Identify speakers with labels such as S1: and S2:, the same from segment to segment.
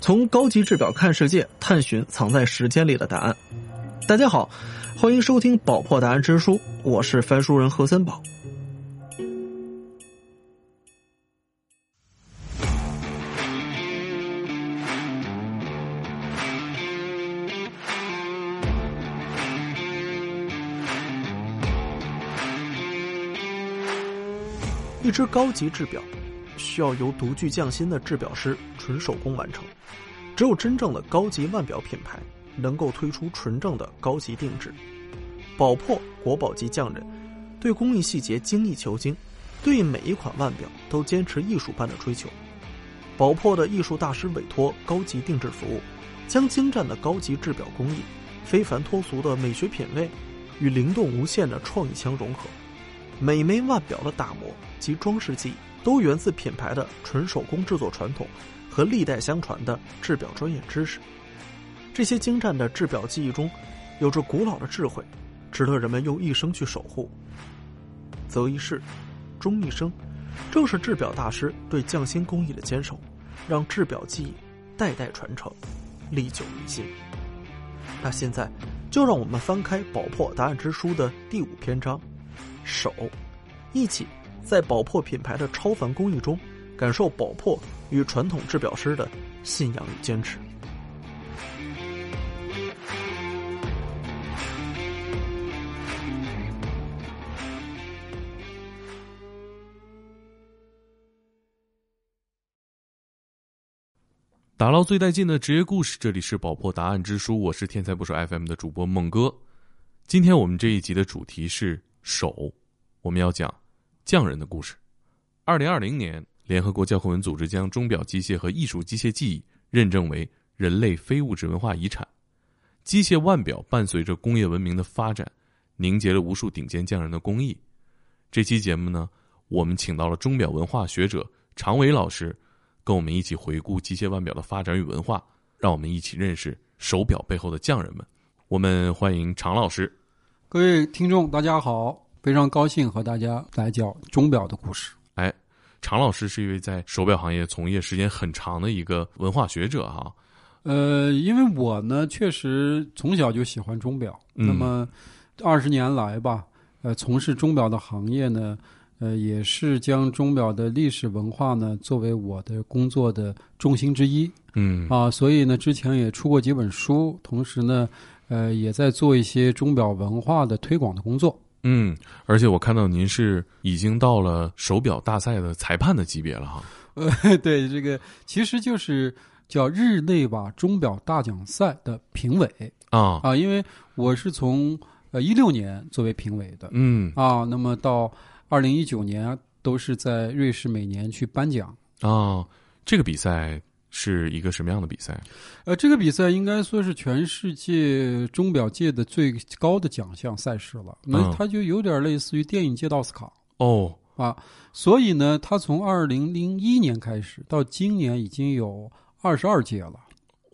S1: 从高级制表看世界，探寻藏在时间里的答案。大家好，欢迎收听《宝珀答案之书》，我是翻书人何森宝。一只高级制表，需要由独具匠心的制表师纯手工完成。只有真正的高级腕表品牌，能够推出纯正的高级定制。宝珀国宝级匠人，对工艺细节精益求精，对每一款腕表都坚持艺术般的追求。宝珀的艺术大师委托高级定制服务，将精湛的高级制表工艺、非凡脱俗的美学品味与灵动无限的创意相融合。每枚腕表的打磨及装饰技艺都源自品牌的纯手工制作传统和历代相传的制表专业知识。这些精湛的制表技艺中，有着古老的智慧，值得人们用一生去守护。择一世，终一生，正是制表大师对匠心工艺的坚守，让制表技艺代代传承，历久弥新。那现在，就让我们翻开《宝珀答案之书》的第五篇章。手，一起在宝珀品牌的超凡工艺中，感受宝珀与传统制表师的信仰与坚持。
S2: 打捞最带劲的职业故事，这里是宝珀答案之书，我是天才不手 FM 的主播孟哥。今天我们这一集的主题是手，我们要讲匠人的故事。二零二零年，联合国教科文组织将钟表机械和艺术机械技艺认证为人类非物质文化遗产。机械腕表伴随着工业文明的发展，凝结了无数顶尖匠人的工艺。这期节目呢，我们请到了钟表文化学者常伟老师，跟我们一起回顾机械腕表的发展与文化，让我们一起认识手表背后的匠人们。我们欢迎常老师。
S3: 各位听众，大家好，非常高兴和大家来讲钟表的故事。
S2: 哎，常老师是一位在手表行业从业时间很长的一个文化学者啊哈、
S3: 呃，因为我呢，确实从小就喜欢钟表，
S2: 嗯
S3: 那么二十年来吧，呃，从事钟表的行业呢，呃，也是将钟表的历史文化呢作为我的工作的重心之一
S2: 嗯
S3: 啊，所以呢，之前也出过几本书，同时呢，呃，也在做一些钟表文化的推广的工作。
S2: 嗯，而且我看到您是已经到了手表大赛的裁判的级别了哈。
S3: 呃， 对，这个其实就是叫日内瓦钟表大奖赛的评委
S2: 啊，
S3: 啊，因为我是从呃一六年作为评委的
S2: 嗯
S3: 啊，那么到二零一九年都是在瑞士每年去颁奖。
S2: 啊，这个比赛是一个什么样的比赛？
S3: 呃，这个比赛应该说是全世界钟表界的最高的奖项赛事了，那
S2: 嗯
S3: 它就有点类似于电影界的奥斯卡。
S2: 哦，
S3: 啊，所以呢，它从二零零一年开始到今年已经有二十二届了。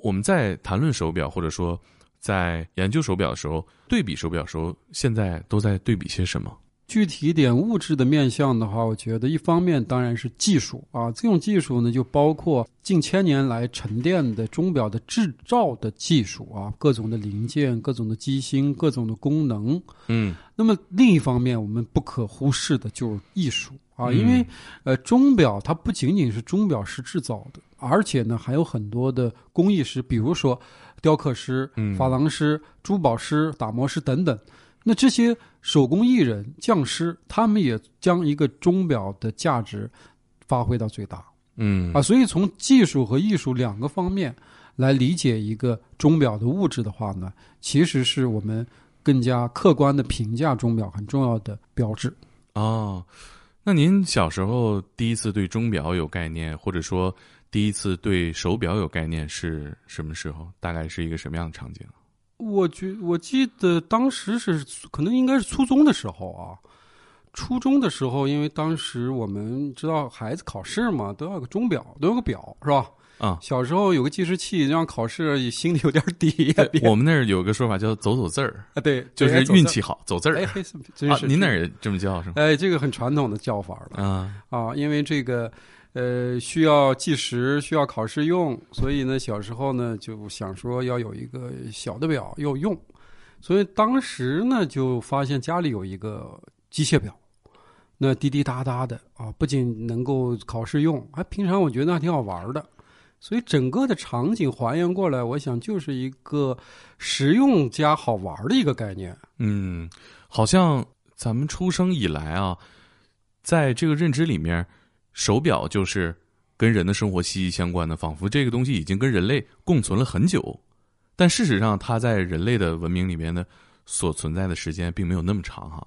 S2: 我们在谈论手表或者说在研究手表的时候，对比手表的时候，现在都在对比些什么？
S3: 具体一点物质的面向的话，我觉得一方面当然是技术啊，这种技术呢就包括近千年来沉淀的钟表的制造的技术啊，各种的零件、各种的机芯、各种的功能。
S2: 嗯
S3: 那么另一方面，我们不可忽视的就是艺术啊，
S2: 嗯
S3: 因为呃，钟表它不仅仅是钟表师制造的，而且呢还有很多的工艺师，比如说雕刻师、
S2: 嗯
S3: 珐琅师、珠宝师、打磨师等等。那这些手工艺人、匠师，他们也将一个钟表的价值发挥到最大
S2: 嗯
S3: 啊。所以从技术和艺术两个方面来理解一个钟表的物质的话呢，其实是我们更加客观的评价钟表很重要的标志。
S2: 哦，那您小时候第一次对钟表有概念，或者说第一次对手表有概念是什么时候？大概是一个什么样的场景？
S3: 我觉我记得当时是可能应该是初中的时候啊，初中的时候，因为当时我们知道孩子考试嘛，都要个钟表，都有个表是吧？
S2: 啊
S3: 小时候有个计时器，让考试也心里有点底。别
S2: 哎我们那儿有个说法叫“走走字儿
S3: 啊，对，”，
S2: 就是
S3: 别走字
S2: 运。气好，走字儿、
S3: 哎，嘿真
S2: 啊
S3: 是。
S2: 您那儿也这么叫是吗？
S3: 哎，这个很传统的叫法了
S2: 啊，
S3: 啊，因为这个呃，需要计时，需要考试用，所以呢，小时候呢就想说要有一个小的表要用，所以当时呢就发现家里有一个机械表，那滴滴答答的啊，不仅能够考试用，还平常我觉得还挺好玩的，所以整个的场景还原过来，我想就是一个实用加好玩的一个概念。
S2: 嗯，好像咱们出生以来啊，在这个认知里面，手表就是跟人的生活息息相关的，仿佛这个东西已经跟人类共存了很久。但事实上，它在人类的文明里面的所存在的时间并没有那么长哈、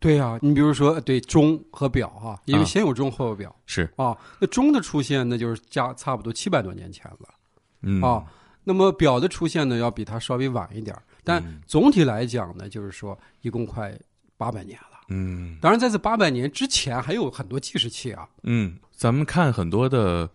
S3: 对呀、你比如说，呃对钟和表哈、因为先有钟后有表
S2: 是，
S3: 啊那钟的出现那就是加差不多七百多年前了。
S2: 嗯，
S3: 啊、那么表的出现呢，要比它稍微晚一点儿，但
S2: 嗯
S3: 总体来讲呢，就是说一共快八百年了。
S2: 嗯
S3: 当然，在这八百年之前，还有很多计时器啊。
S2: 嗯，咱们看很多的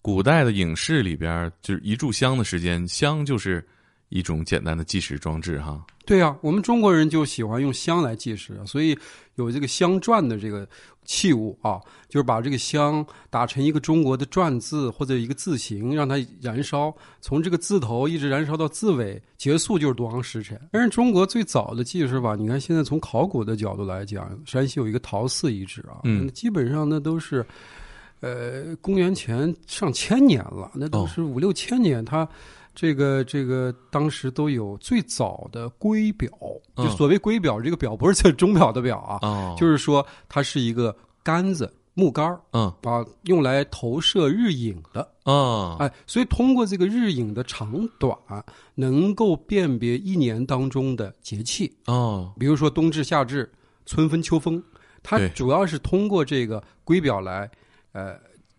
S2: 古代的影视里边，就是一炷香的时间，香就是一种简单的计时装置哈。
S3: 对啊，我们中国人就喜欢用香来计时，所以有这个香篆的这个器物啊，就是把这个香打成一个中国的篆字或者一个字形，让它燃烧，从这个字头一直燃烧到字尾，结束就是多长时辰。但是中国最早的技术吧，你看现在从考古的角度来讲，山西有一个陶寺遗址啊，
S2: 嗯
S3: 那基本上那都是。呃，公元前上千年了，那都
S2: 哦
S3: 是五六千年，它这个这个当时都有最早的圭表，
S2: 嗯
S3: 就所谓圭表，这个表不是这钟表的表啊，
S2: 哦，
S3: 就是说它是一个杆子木杆儿
S2: 嗯
S3: 啊，用来投射日影的。
S2: 啊
S3: 哎，所以通过这个日影的长短，能够辨别一年当中的节气，
S2: 哦，
S3: 比如说冬至、夏至、春分、秋分，它
S2: 对
S3: 主要是通过这个圭表来，呃，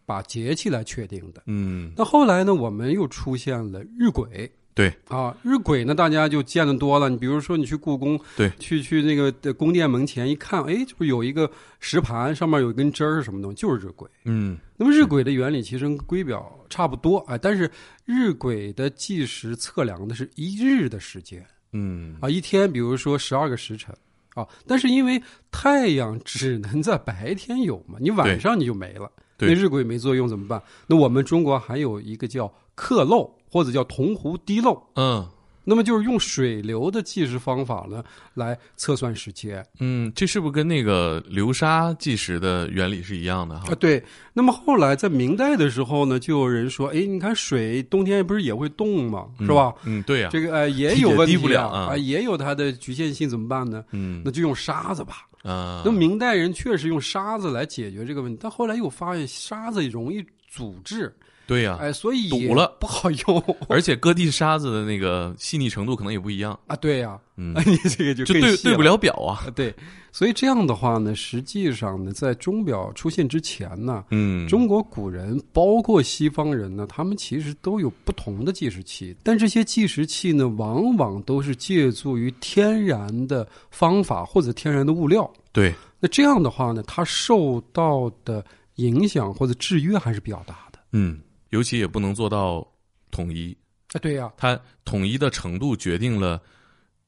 S3: 把节气来确定的。
S2: 嗯，
S3: 那后来呢，我们又出现了日晷。
S2: 对
S3: 啊，日晷呢，大家就见得多了。你比如说，你去故宫，
S2: 对
S3: 去去那个呃宫殿门前一看，哎，这不有一个石盘，上面有一根针儿是什么东西？就是日晷。
S2: 嗯
S3: 那么日晷的原理其实跟圭表差不多啊，哎但是日晷的计时测量的是一日的时间
S2: 嗯，
S3: 啊，一天，比如说十二个时辰啊。但是因为太阳只能在白天有嘛，你晚
S2: 对
S3: 上你就没了，那
S2: 对
S3: 日晷没作用怎么办？那我们中国还有一个叫刻漏或者叫铜壶滴漏。
S2: 嗯
S3: 那么就是用水流的计时方法呢，来测算时间
S2: 嗯，这是不是跟那个流沙计时的原理是一样的哈
S3: 啊。？对，那么后来在明代的时候呢，就有人说，哎，你看水冬天不是也会冻吗？是吧？
S2: 嗯，对呀，
S3: 这个呃也有问题
S2: 也滴不了
S3: 啊
S2: 啊，
S3: 哎也有它的局限性，怎么办呢？
S2: 嗯
S3: 那就用沙子吧。
S2: 啊
S3: 那，明代人确实用沙子来解决这个问题，但后来又发现沙子容易阻滞，
S2: 对呀，
S3: 哎，所以
S2: 啊
S3: 也
S2: 堵了
S3: 不好用
S2: 而且各地沙子的那个细腻程度可能也不一样，
S3: 啊。对呀，
S2: 嗯，
S3: 你这个就
S2: 就
S3: 更
S2: 对
S3: 细
S2: 对不了表啊。
S3: 啊，对，所以这样的话呢，实际上呢，在钟表出现之前呢，
S2: 嗯，
S3: 中国古人包括西方人呢，他们其实都有不同的计时器，但这些计时器呢，往往都是借助于天然的方法或者天然的物料。
S2: 对，
S3: 那这样的话呢，它受到的影响或者制约还是比较大的。
S2: 嗯，尤其也不能做到统一，
S3: 啊，对呀、
S2: 它统一的程度决定了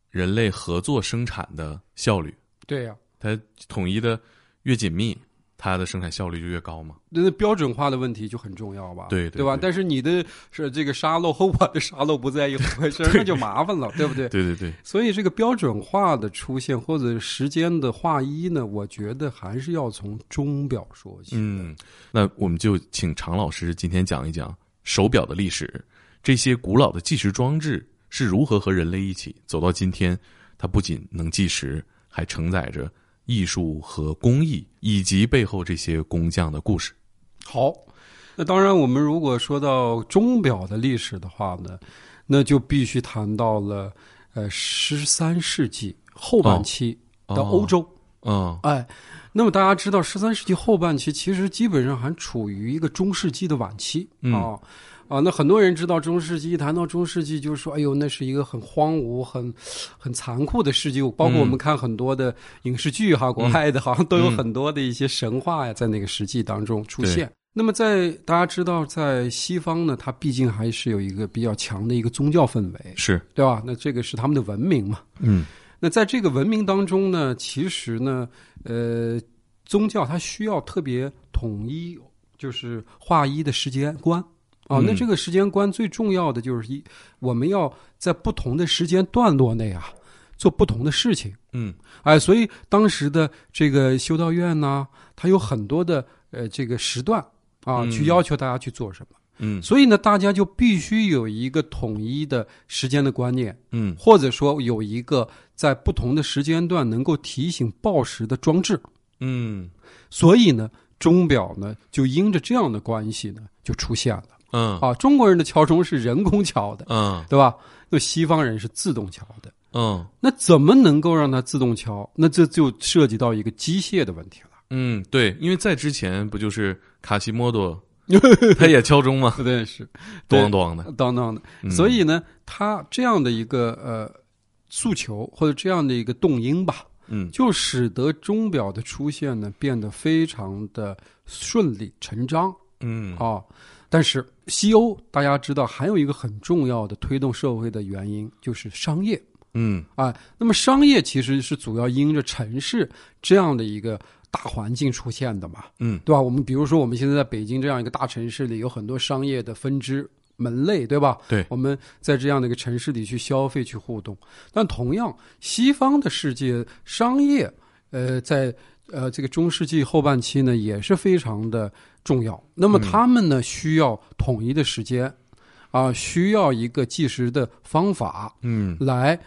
S2: 人类合作生产的效率，
S3: 对呀、
S2: 它统一的越紧密，它的生产效率就越高嘛。
S3: 那那标准化的问题就很重要吧？
S2: 对对
S3: 对吧？
S2: 对
S3: 但是你的是这个沙漏和我的沙漏不在一 回事儿，那就麻烦了，对不对？
S2: 对对对，
S3: 所以这个标准化的出现或者时间的划一呢，我觉得还是要从钟表说起。
S2: 嗯，那我们就请常老师今天讲一讲手表的历史，这些古老的计时装置是如何和人类一起走到今天。它不仅能计时，还承载着艺术和工艺，以及背后这些工匠的故事。
S3: 好，那当然，我们如果说到钟表的历史的话呢，那就必须谈到了呃十三世纪后半期
S2: 哦
S3: 的欧洲。
S2: 嗯
S3: 哎，那么大家知道，十三世纪后半期其实基本上还处于一个中世纪的晚期啊、
S2: 嗯
S3: 啊。那很多人知道中世纪，一谈到中世纪，就说哎呦，那是一个很荒芜、很很残酷的世纪。包括我们看很多的影视剧哈，国外的好像都有很多的一些神话呀，在那个时期当中出现。那么在大家知道，在西方呢，它毕竟还是有一个比较强的一个宗教氛围，
S2: 是，
S3: 对吧？那这个是他们的文明嘛。
S2: 嗯
S3: 那在这个文明当中呢，其实呢，呃，宗教它需要特别统一就是画一的时间观。啊、
S2: 嗯
S3: 那这个时间观最重要的就是一，我们要在不同的时间段落内啊，做不同的事情。
S2: 嗯
S3: 哎，所以当时的这个修道院呢，它有很多的呃这个时段啊，
S2: 嗯
S3: 去要求大家去做什么。
S2: 嗯
S3: 所以呢，大家就必须有一个统一的时间的观念，
S2: 嗯
S3: 或者说有一个在不同的时间段能够提醒报时的装置。
S2: 嗯
S3: 所以呢，钟表呢就因着这样的关系呢就出现了
S2: 嗯
S3: 啊。中国人的敲钟是人工敲的，
S2: 嗯
S3: 对吧？那西方人是自动敲的。
S2: 嗯
S3: 那怎么能够让它自动敲？那这就涉及到一个机械的问题了。
S2: 嗯，对，因为在之前不就是卡西莫 多他也敲钟吗？
S3: 不对，是
S2: 咣咣的，
S3: 当当的。
S2: 嗯
S3: 所以呢，他这样的一个呃诉求或者这样的一个动因吧，
S2: 嗯
S3: 就使得钟表的出现呢变得非常的顺理成章
S2: 嗯
S3: 啊。但是西欧大家知道还有一个很重要的推动社会的原因就是商业
S2: 嗯
S3: 啊。那么商业其实是主要因着城市这样的一个大环境出现的嘛。
S2: 嗯
S3: 对吧？我们比如说，我们现在在北京这样一个大城市里，有很多商业的分支门类，对吧？
S2: 对
S3: 我们在这样的一个城市里去消费、去互动。但同样，西方的世界商业，呃，在呃这个中世纪后半期呢，也是非常的重要。那么他们呢，需要统一的时间，啊、需要一个计时的方法，
S2: 嗯
S3: 来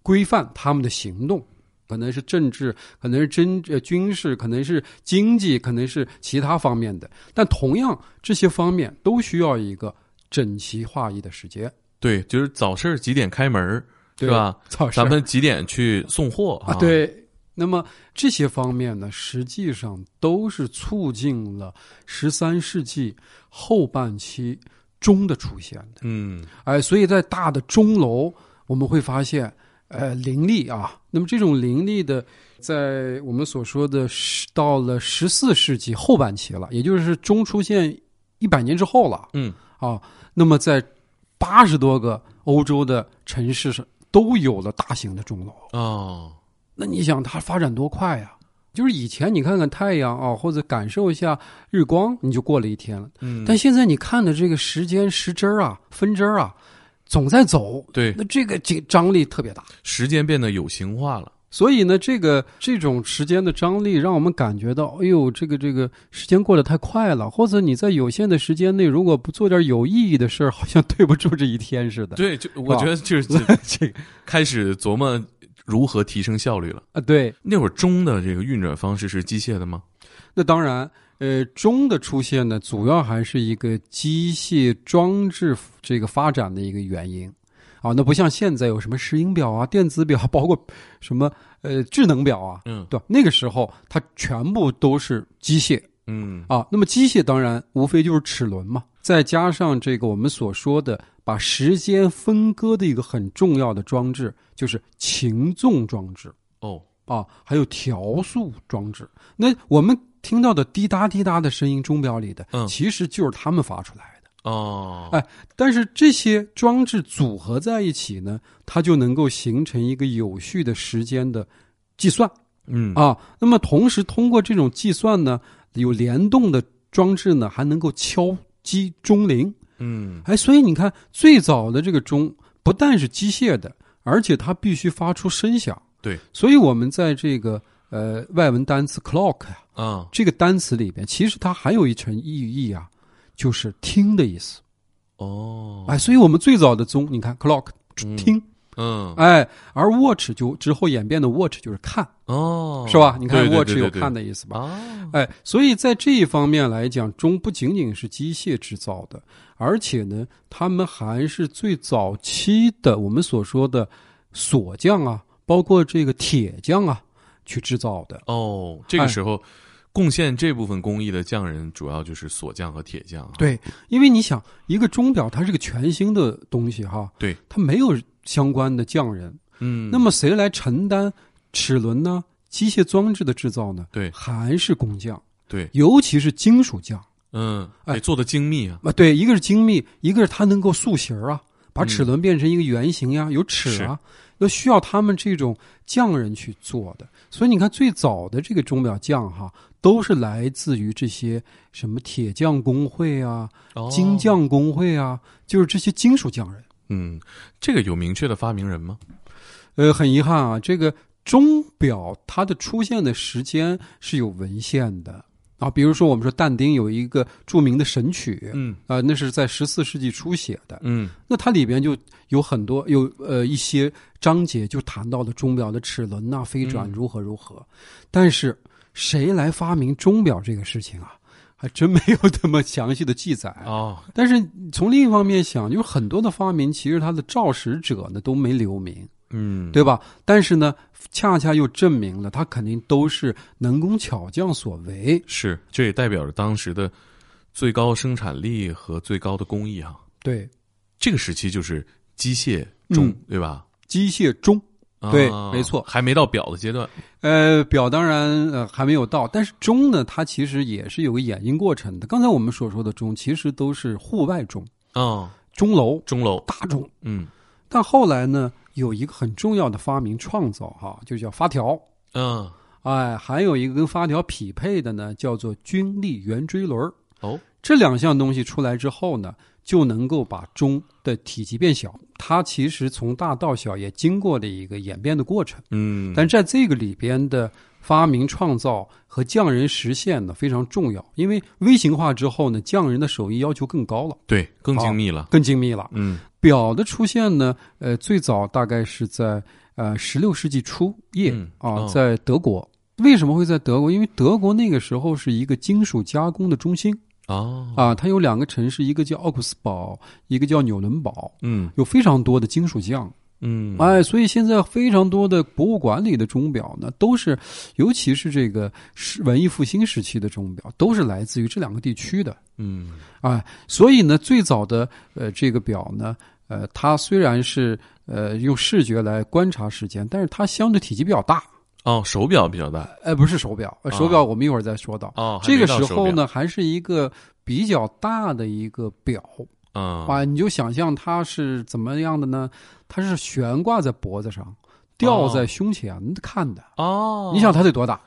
S3: 规范他们的行动，可能是政治，可能是军呃军事，可能是经济，可能是其他方面的。但同样，这些方面都需要一个整齐划一的时间，
S2: 对，就是早市儿几点开门儿
S3: 对
S2: 是吧？
S3: 早上
S2: 咱们几点去送货
S3: 啊，对。那么这些方面呢，实际上都是促进了十三世纪后半期钟的出现的。
S2: 嗯
S3: 哎，所以在大的钟楼，我们会发现，呃，林立啊。那么这种林立的，在我们所说的十到了十四世纪后半期了，也就是钟出现一百年之后了
S2: 嗯
S3: 啊。那么在八十多个欧洲的城市上都有了大型的钟楼。
S2: 哦
S3: 那你想，它发展多快呀、就是以前你看看太阳啊，或者感受一下日光，你就过了一天了。
S2: 嗯，
S3: 但现在你看的这个时间时针儿啊、分针儿啊，总在走，
S2: 对
S3: 那这个这张力特别大。
S2: 时间变得有形化了，
S3: 所以呢，这个这种时间的张力，让我们感觉到，哎呦，这个这个时间过得太快了。或者你在有限的时间内，如果不做点有意义的事儿，好像 对不住这一天似的。
S2: 对，就我觉得 就是
S3: 这个
S2: 开始琢磨如何提升效率了。
S3: 啊，对，
S2: 那会儿钟的这个运转方式是机械的吗？
S3: 那当然，呃，钟的出现呢，主要还是一个机械装置这个发展的一个原因。啊，那不像现在有什么石英表啊、电子表啊，包括什么呃智能表啊，
S2: 嗯
S3: 对吧？那个时候它全部都是机械
S2: 嗯
S3: 啊。那么机械当然无非就是齿轮嘛，再加上这个我们所说的把时间分割的一个很重要的装置，就是擒纵装置。
S2: 哦
S3: 啊，还有调速装置。那我们听到的滴答滴答的声音，钟表里的，
S2: 嗯
S3: 其实就是他们发出来的。
S2: 哦
S3: 哎但是这些装置组合在一起呢，它就能够形成一个有序的时间的计算
S2: 嗯
S3: 啊。那么同时通过这种计算呢，有联动的装置呢，还能够敲击钟铃。
S2: 嗯
S3: 哎，所以你看，最早的这个钟不但是机械的，而且它必须发出声响。
S2: 对，
S3: 所以我们在这个呃外文单词 clock 啊
S2: 啊
S3: 这个单词里边，其实它还有一层意义啊，就是听的意思。
S2: 哦
S3: 哎，所以我们最早的钟，你看 clock
S2: 嗯
S3: 听，
S2: 嗯
S3: 哎，而 watch 就之后演变的 watch 就是看，
S2: 哦
S3: 啊是吧？你看
S2: 对对
S3: watch
S2: 对
S3: 有
S2: 对
S3: 看的意思吧？
S2: 啊
S3: 哎，所以在这一方面来讲，钟不仅仅是机械制造的，而且呢，他们还是最早期的我们所说的锁匠啊，包括这个铁匠啊去制造的。
S2: 哦，这
S3: 哎
S2: 个时候贡献这部分工艺的匠人主要就是锁匠和铁匠啊。
S3: 对，因为你想，一个钟表它是个全新的东西哈，
S2: 对，
S3: 它没有相关的匠人，
S2: 嗯，
S3: 那么谁来承担齿轮呢？机械装置的制造呢？
S2: 对
S3: 还是工匠，
S2: 对
S3: 尤其是金属匠。
S2: 嗯
S3: 哎
S2: 得做的精密啊。
S3: 啊，对，一个是精密，一个是它能够塑形儿啊，把
S2: 嗯
S3: 齿轮变成一个圆形呀，有齿啊，要需要他们这种匠人去做的。所以你看，最早的这个钟表匠哈，都是来自于这些什么铁匠工会啊、
S2: 哦
S3: 金，匠工会啊，就是这些金属匠人。
S2: 嗯，这个有明确的发明人吗？
S3: 呃，很遗憾啊，这个钟表它的出现的时间是有文献的啊，比如说我们说但丁有一个著名的神曲，
S2: 嗯
S3: 啊、那是在十四世纪初写的，
S2: 嗯
S3: 那它里边就有很多有呃一些章节就谈到了钟表的齿轮呐、飞转
S2: 嗯
S3: 如何如何，但是谁来发明钟表这个事情啊，还真没有这么详细的记载啊
S2: 哦，
S3: 但是从另一方面想，就是很多的发明其实它的肇始者呢都没留名。
S2: 嗯，
S3: 对吧？但是呢，恰恰又证明了它肯定都是能工巧匠所为。
S2: 是，这也代表着当时的最高生产力和最高的工艺啊。
S3: 对，
S2: 这个时期就是机械钟，
S3: 嗯
S2: 对吧？
S3: 机械钟，
S2: 啊
S3: 对没错
S2: 还没到表的阶段。
S3: 呃，表当然呃还没有到，但是钟呢，它其实也是有个演进过程的。刚才我们所说的钟，其实都是户外钟、
S2: 哦，
S3: 钟楼、
S2: 钟楼，
S3: 大钟。
S2: 嗯
S3: 但后来呢，有一个很重要的发明创造哈、就叫发条。
S2: 嗯、
S3: 哎，还有一个跟发条匹配的呢，叫做军力圆锥轮儿。
S2: 哦，
S3: 这两项东西出来之后呢，就能够把钟的体积变小。它其实从大到小也经过了一个演变的过程，
S2: 嗯，
S3: 但在这个里边的发明创造和匠人实现呢非常重要，因为微型化之后呢，匠人的手艺要求更高了，
S2: 对，更精密了。
S3: 更精密了。
S2: 嗯
S3: 表的出现呢，呃，最早大概是在呃十六世纪初叶、
S2: 嗯
S3: 啊，
S2: 哦
S3: 在德国。为什么会在德国？因为德国那个时候是一个金属加工的中心。
S2: 哦，
S3: 啊，它有两个城市，一个叫奥古斯堡，一个叫纽伦堡，
S2: 嗯
S3: 有非常多的金属匠。
S2: 嗯，
S3: 哎，所以现在非常多的博物馆里的钟表呢，都是，尤其是这个是文艺复兴时期的钟表，都是来自于这两个地区的。
S2: 嗯
S3: 啊，所以呢，最早的呃这个表呢，呃，它虽然是呃用视觉来观察时间，但是它相对体积比较大。
S2: 哦，手表比较大
S3: 呃，不是手表，呃手
S2: 啊
S3: 表我们一会儿再说到。
S2: 哦，还
S3: 这
S2: 没
S3: 个
S2: 到
S3: 时
S2: 手
S3: 候
S2: 表
S3: 呢，还是一个比较大的一个表
S2: 啊
S3: 啊，你就想象它是怎么样的呢？它是悬挂在脖子上，吊在胸前看的。
S2: 哦，
S3: 你想它得多大？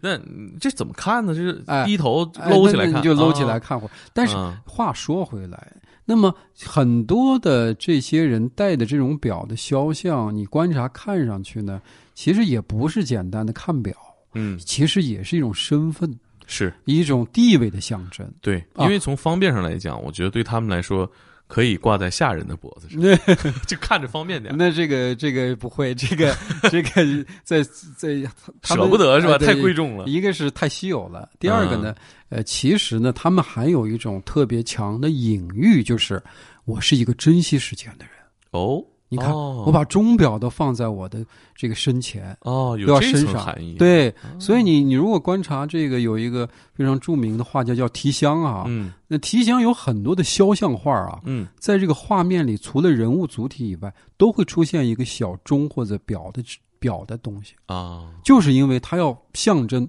S2: 那这怎么看呢？就是
S3: 哎
S2: 低头
S3: 哎
S2: 搂起来
S3: 那那
S2: 看，
S3: 你就搂起
S2: 啊
S3: 来看会儿。但是
S2: 啊
S3: 话说回来，那么很多的这些人戴的这种表的肖像，你观察看上去呢，其实也不是简单的看表，
S2: 嗯
S3: 其实也是一种身份，
S2: 是
S3: 一种地位的象征。
S2: 对，
S3: 啊
S2: 因为从方便上来讲，我觉得对他们来说可以挂在下人的脖子上，
S3: 那
S2: 就看着方便点。
S3: 那这个这个不会，这个这个在在他们
S2: 舍不得是吧？
S3: 哎对
S2: 太贵重了。嗯
S3: 一个是太稀有了，第二个呢，呃，其实呢，他们还有一种特别强的隐喻，就是我是一个珍惜时间的人。
S2: 哦，
S3: 你看，
S2: 哦
S3: 我把钟表都放在我的这个身前，
S2: 哦
S3: 都
S2: 有
S3: 要
S2: 这
S3: 身
S2: 层
S3: 上
S2: 含义。，
S3: 对，所以你你如果观察这个，有一个非常著名的画家叫提香啊，
S2: 嗯
S3: 那提香有很多的肖像画啊，
S2: 嗯
S3: 在这个画面里，除了人物主体以外，都会出现一个小钟或者表的表的东西。
S2: 啊
S3: 就是因为它要象征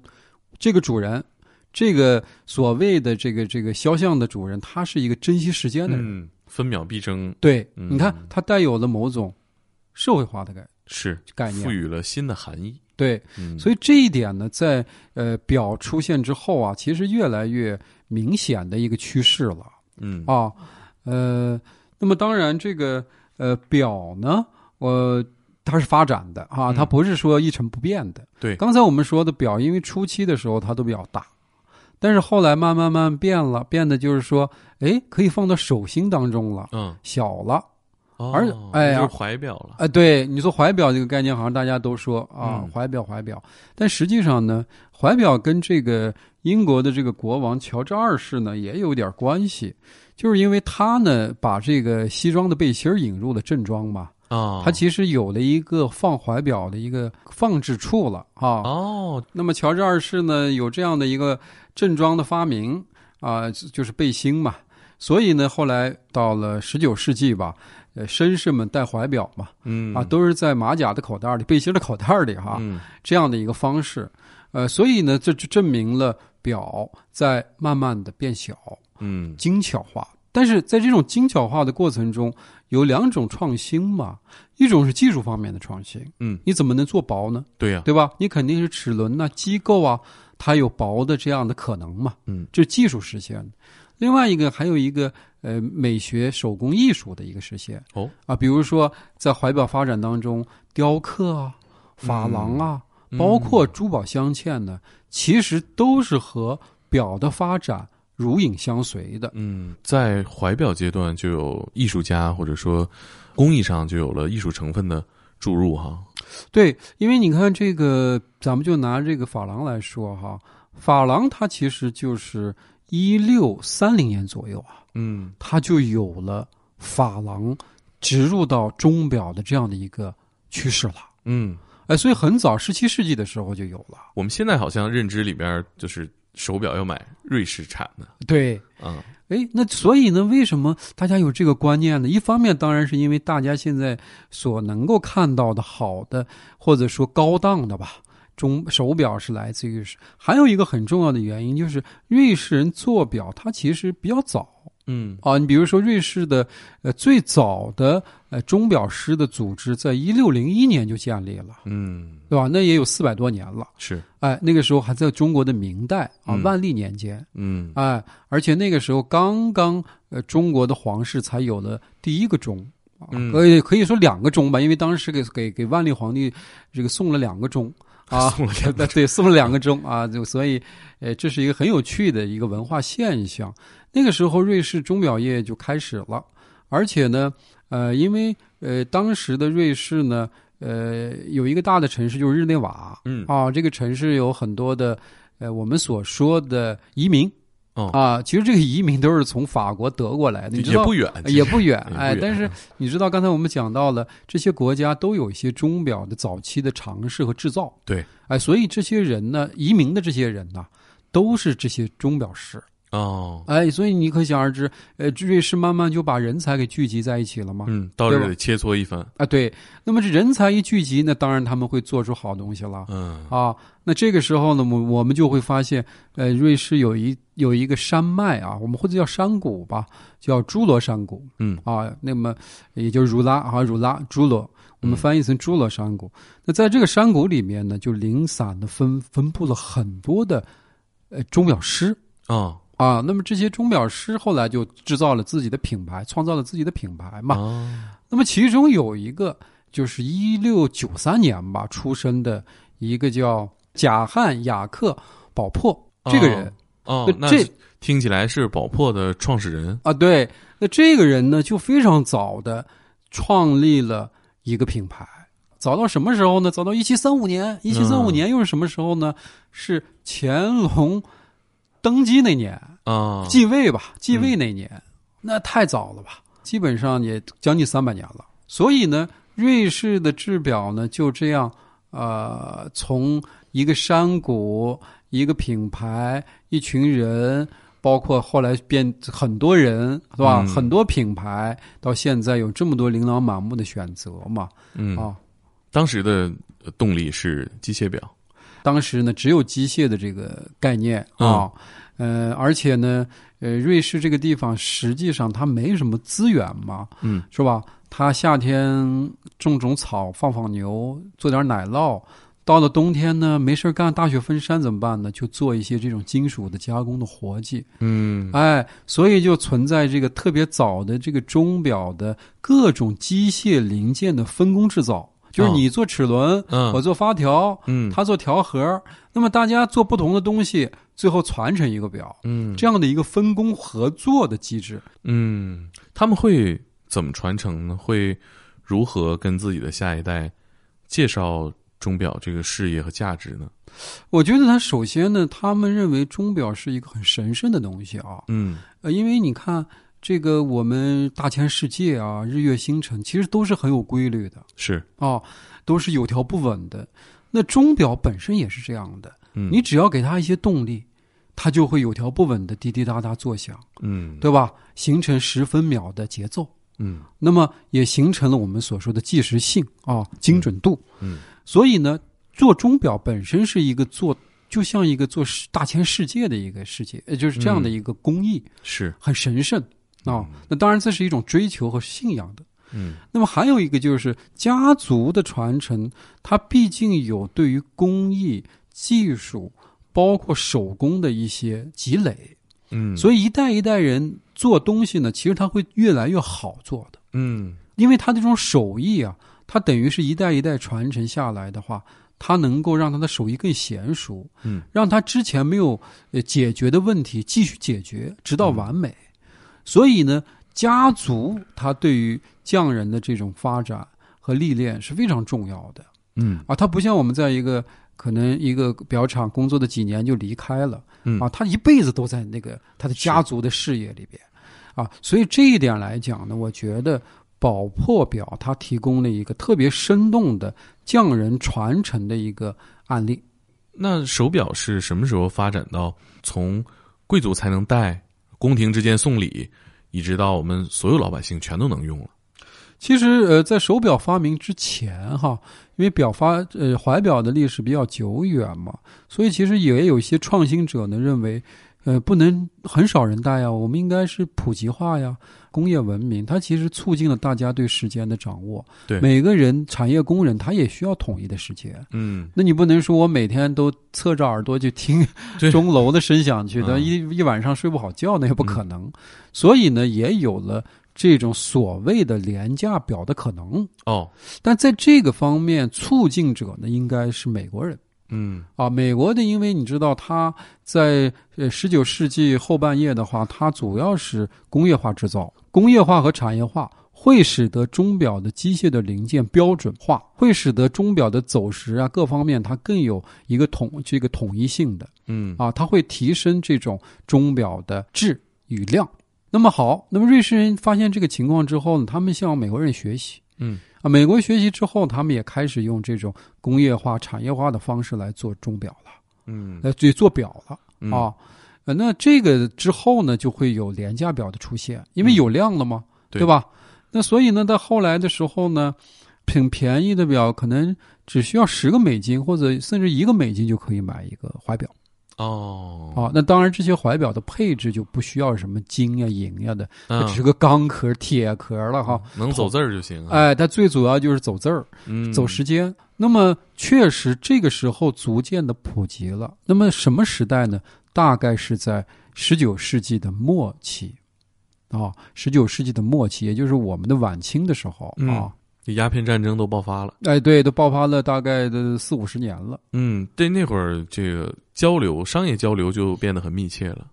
S3: 这个主人，这个所谓的这个这个肖像的主人，他是一个珍惜时间的人。
S2: 嗯，分秒必争
S3: 对，
S2: 嗯
S3: 你看，它带有了某种社会化的概
S2: 是
S3: 概
S2: 赋
S3: 念。
S2: 予了新的含义。
S3: 对，
S2: 嗯，
S3: 所以这一点呢，在呃表出现之后啊，其实越来越明显的一个趋势了
S2: 嗯
S3: 啊。呃，那么当然这个呃表呢，呃。它是发展的啊，
S2: 嗯
S3: 它不是说一成不变的。
S2: 对
S3: 刚才我们说的表，因为初期的时候它都比较大，但是后来慢慢慢变了，变得就是说，哎，可以放到手心当中了，
S2: 嗯，
S3: 小了。
S2: 哦
S3: 而哎呀
S2: 就是怀表了。
S3: 啊，对，你说怀表这个概念，好像大家都说啊，
S2: 嗯
S3: 怀表怀表，但实际上呢，怀表跟这个英国的这个国王乔治二世呢也有点关系，就是因为他呢把这个西装的背心儿引入了正装嘛，
S2: 啊，
S3: 呃他其实有了一个放怀表的一个放置处了啊。
S2: 哦，
S3: 那么乔治二世呢有这样的一个正装的发明啊、就是背心嘛，所以呢后来到了十九世纪吧，呃，绅士们戴怀表嘛。
S2: 嗯
S3: 啊，都是啊在马甲的口袋里、背心的口袋里哈，
S2: 嗯
S3: 这样的一个方式。呃，所以呢，这就证明了表在慢慢的变小、
S2: 嗯
S3: 精巧化。但是在这种精巧化的过程中，有两种创新嘛，一种是技术方面的创新，
S2: 嗯，
S3: 你怎么能做薄呢？
S2: 对呀、
S3: 对吧？你肯定是齿轮呐、机构啊，它有薄的这样的可能嘛，
S2: 嗯，
S3: 这是技术实现的。另外一个还有一个呃美学手工艺术的一个实现
S2: 哦
S3: 啊，比如说在怀表发展当中，雕刻啊、珐琅啊，
S2: 嗯
S3: 包括珠宝镶嵌呢，其实都是和表的发展如影相随的。
S2: 嗯，在怀表阶段就有艺术家或者说工艺上就有了艺术成分的注入哈。
S3: 对，因为你看这个，咱们就拿这个珐琅来说哈，珐琅它其实就是一六三零年左右啊，
S2: 嗯
S3: 它就有了珐琅植入到钟表的这样的一个趋势了。
S2: 嗯，
S3: 哎，所以很早十七世纪的时候就有了。
S2: 我们现在好像认知里边就是手表要买瑞士产的，
S3: 对，
S2: 嗯
S3: 哎，那所以呢，为什么大家有这个观念呢？一方面当然是因为大家现在所能够看到的好的，或者说高档的吧，钟手表是来自于是，还有一个很重要的原因就是瑞士人做表，它其实比较早。
S2: 嗯
S3: 啊，你比如说瑞士的呃最早的呃钟表师的组织，在一六零一年就建立了，
S2: 嗯，
S3: 对吧？那也有四百多年了。
S2: 是
S3: 哎，那个时候还在中国的明代啊
S2: 嗯，
S3: 万历年间，
S2: 嗯
S3: 哎，而且那个时候刚刚呃中国的皇室才有了第一个钟。啊
S2: 嗯
S3: 可以可以说两个钟吧，因为当时给给给万历皇帝这个送了两个钟啊，
S2: 送了两个
S3: 对对，送了两个钟啊，就所以，呃，这是一个很有趣的一个文化现象。那个时候，瑞士钟表业就开始了，而且呢，呃，因为呃，当时的瑞士呢，呃，有一个大的城市就是日内瓦，
S2: 嗯
S3: 啊，这个城市有很多的，呃，我们所说的移民，
S2: 哦
S3: 啊，其实这个移民都是从法国、德国来的，你知
S2: 也
S3: 道
S2: 不远，
S3: 也
S2: 其实
S3: 不远，
S2: 也不
S3: 哎，
S2: 远嗯
S3: 但是你知道，刚才我们讲到了，这些国家都有一些钟表的早期的尝试和制造，
S2: 对，
S3: 哎，所以这些人呢，移民的这些人呢，都是这些钟表师，
S2: 哦，
S3: 哎，所以你可想而知，呃，瑞士慢慢就把人才给聚集在一起了嘛，
S2: 嗯，到
S3: 啊对
S2: 这
S3: 吧
S2: 里切磋一番，
S3: 啊，对，那么这人才一聚集，那当然他们会做出好东西了。
S2: 嗯
S3: 啊，那这个时候呢，我我们就会发现，呃，瑞士有一有一个山脉啊，我们或者叫山谷吧，叫朱罗山谷
S2: 嗯
S3: 啊，那么也就是儒拉啊，儒拉朱罗，我们翻译成朱罗山谷。那在这个山谷里面呢，就零散的分分布了很多的呃钟表师
S2: 哦
S3: 啊，那么这些钟表师后来就制造了自己的品牌，创造了自己的品牌嘛。
S2: 啊
S3: 那么其中有一个就是一六九三年吧出生的一个叫贾汉雅克保珀这个人、
S2: 哦，
S3: 那
S2: 那
S3: 这
S2: 听起来是宝珀的创始人，
S3: 啊，对，那这个人呢就非常早的创立了一个品牌，早到什么时候呢？早到一七三五年，一七三五
S2: 嗯
S3: 年又是什么时候呢？是乾隆登基那年，
S2: 啊，
S3: 继位吧，继位那年，那太早了吧，基本上也将近三百年了。所以呢，瑞士的制表呢就这样，呃，从一个山谷、一个品牌、一群人，包括后来变很多人，是吧？
S2: 嗯
S3: 很多品牌到现在有这么多琳琅满目的选择嘛，
S2: 嗯
S3: 啊。
S2: 当时的呃动力是机械表，
S3: 当时呢，只有机械的这个概念
S2: 嗯
S3: 啊，呃，而且呢，呃，瑞士这个地方实际上它没什么资源嘛，
S2: 嗯，
S3: 是吧？它夏天种种草，放放牛，做点奶酪。到了冬天呢，没事儿干，大雪封山怎么办呢？就做一些这种金属的加工的活计，
S2: 嗯
S3: 哎，所以就存在这个特别早的这个钟表的各种机械零件的分工制造，就是
S2: 哦
S3: 你做齿轮，
S2: 嗯
S3: 啊我做发条，
S2: 嗯，
S3: 它做调和，那么大家做不同的东西，最后传承一个表，
S2: 嗯
S3: 这样的一个分工合作的机制。
S2: 嗯，他们会怎么传承呢？会如何跟自己的下一代介绍钟表这个事业和价值呢？
S3: 我觉得它首先呢，他们认为钟表是一个很神圣的东西啊，
S2: 嗯
S3: 呃，因为你看这个我们大千世界啊，日月星辰其实都是很有规律的
S2: 是，
S3: 啊，都是有条不紊的。那钟表本身也是这样的，
S2: 嗯
S3: 你只要给它一些动力，它就会有条不紊的滴滴答答作响，
S2: 嗯
S3: 对吧？形成十分秒的节奏。
S2: 嗯
S3: 那么也形成了我们所说的计时性啊、精准度。
S2: 嗯
S3: 所以呢，做钟表本身是一个做，就像一个做世大千世界的一个世界，呃，就是这样的一个工艺，
S2: 是
S3: 很神圣啊、那当然，这是一种追求和信仰的。
S2: 嗯
S3: 那么还有一个就是家族的传承，它毕竟有对于工艺技术，包括手工的一些积累，
S2: 嗯，以
S3: 所以一代一代人做东西呢，其实它会越来越好做的，
S2: 嗯
S3: 因为它这种手艺啊，它等于是一代一代传承下来的话。它能够让他的手艺更娴熟，
S2: 嗯，
S3: 让他之前没有呃解决的问题继续解决，直到完美。所以呢，家族它对于匠人的这种发展和历练是非常重要的
S2: 嗯
S3: 啊。它不像我们在一个可能一个表厂工作的几年就离开了
S2: 嗯
S3: 啊，他一辈子都在那个他的家族的事业里边啊。所以这一点来讲呢，我觉得。宝珀表它提供了一个特别生动的匠人传承的一个案例。
S2: 那手表是什么时候发展到从贵族才能戴，宫廷之间送礼，一直到我们所有老百姓全都能用了？
S3: 其实，呃，在手表发明之前，哈，因为表发呃怀表的历史比较久远嘛，所以其实也有一些创新者呢认为，呃，不能很少人戴呀，啊我们应该是普及化呀，工业文明，它其实促进了大家对时间的掌握。
S2: 对
S3: 每个人产业工人他也需要统一的时间。
S2: 嗯，
S3: 那你不能说我每天都侧着耳朵去听
S2: 对
S3: 钟楼的声响去，
S2: 嗯
S3: 那一一晚上睡不好觉，那也不可能。所以呢，也有了这种所谓的廉价表的可能。
S2: 哦，
S3: 但在这个方面，促进者呢应该是美国人
S2: 嗯
S3: 啊。美国的，因为你知道他在呃十九世纪后半叶的话，它主要是工业化制造，工业化和产业化。会使得钟表的机械的零件标准化，会使得钟表的走时啊各方面它更有一个统这个统一性的。
S2: 嗯
S3: 啊，它会提升这种钟表的质与量。那么好，那么瑞士人发现这个情况之后呢，他们向美国人学习
S2: 嗯
S3: 啊，美国学习之后，他们也开始用这种工业化、产业化的方式来做钟表了，
S2: 嗯
S3: 来做做表了
S2: 嗯
S3: 啊。呃那这个之后呢，就会有廉价表的出现，因为
S2: 嗯
S3: 有量了嘛，
S2: 对
S3: 对吧？那所以呢，到后来的时候呢，挺便宜的表可能只需要十个美金，或者甚至一个美金就可以买一个怀表。
S2: 哦，
S3: 啊，那当然，这些怀表的配置就不需要什么金呀、银呀的，它
S2: 嗯
S3: 只是个钢壳、铁壳了哈。
S2: 能走字儿就行啊，
S3: 哎，它最主要就是走字儿、
S2: 嗯，
S3: 走时间。那么，确实这个时候逐渐的普及了。那么什么时代呢？大概是在十九世纪的末期，啊，十九世纪的末期，也就是我们的晚清的时候啊。
S2: 嗯鸦片战争都爆发了。
S3: 哎，对，都爆发了大概的四五十年了。
S2: 嗯，对，那会儿这个交流，商业交流就变得很密切了。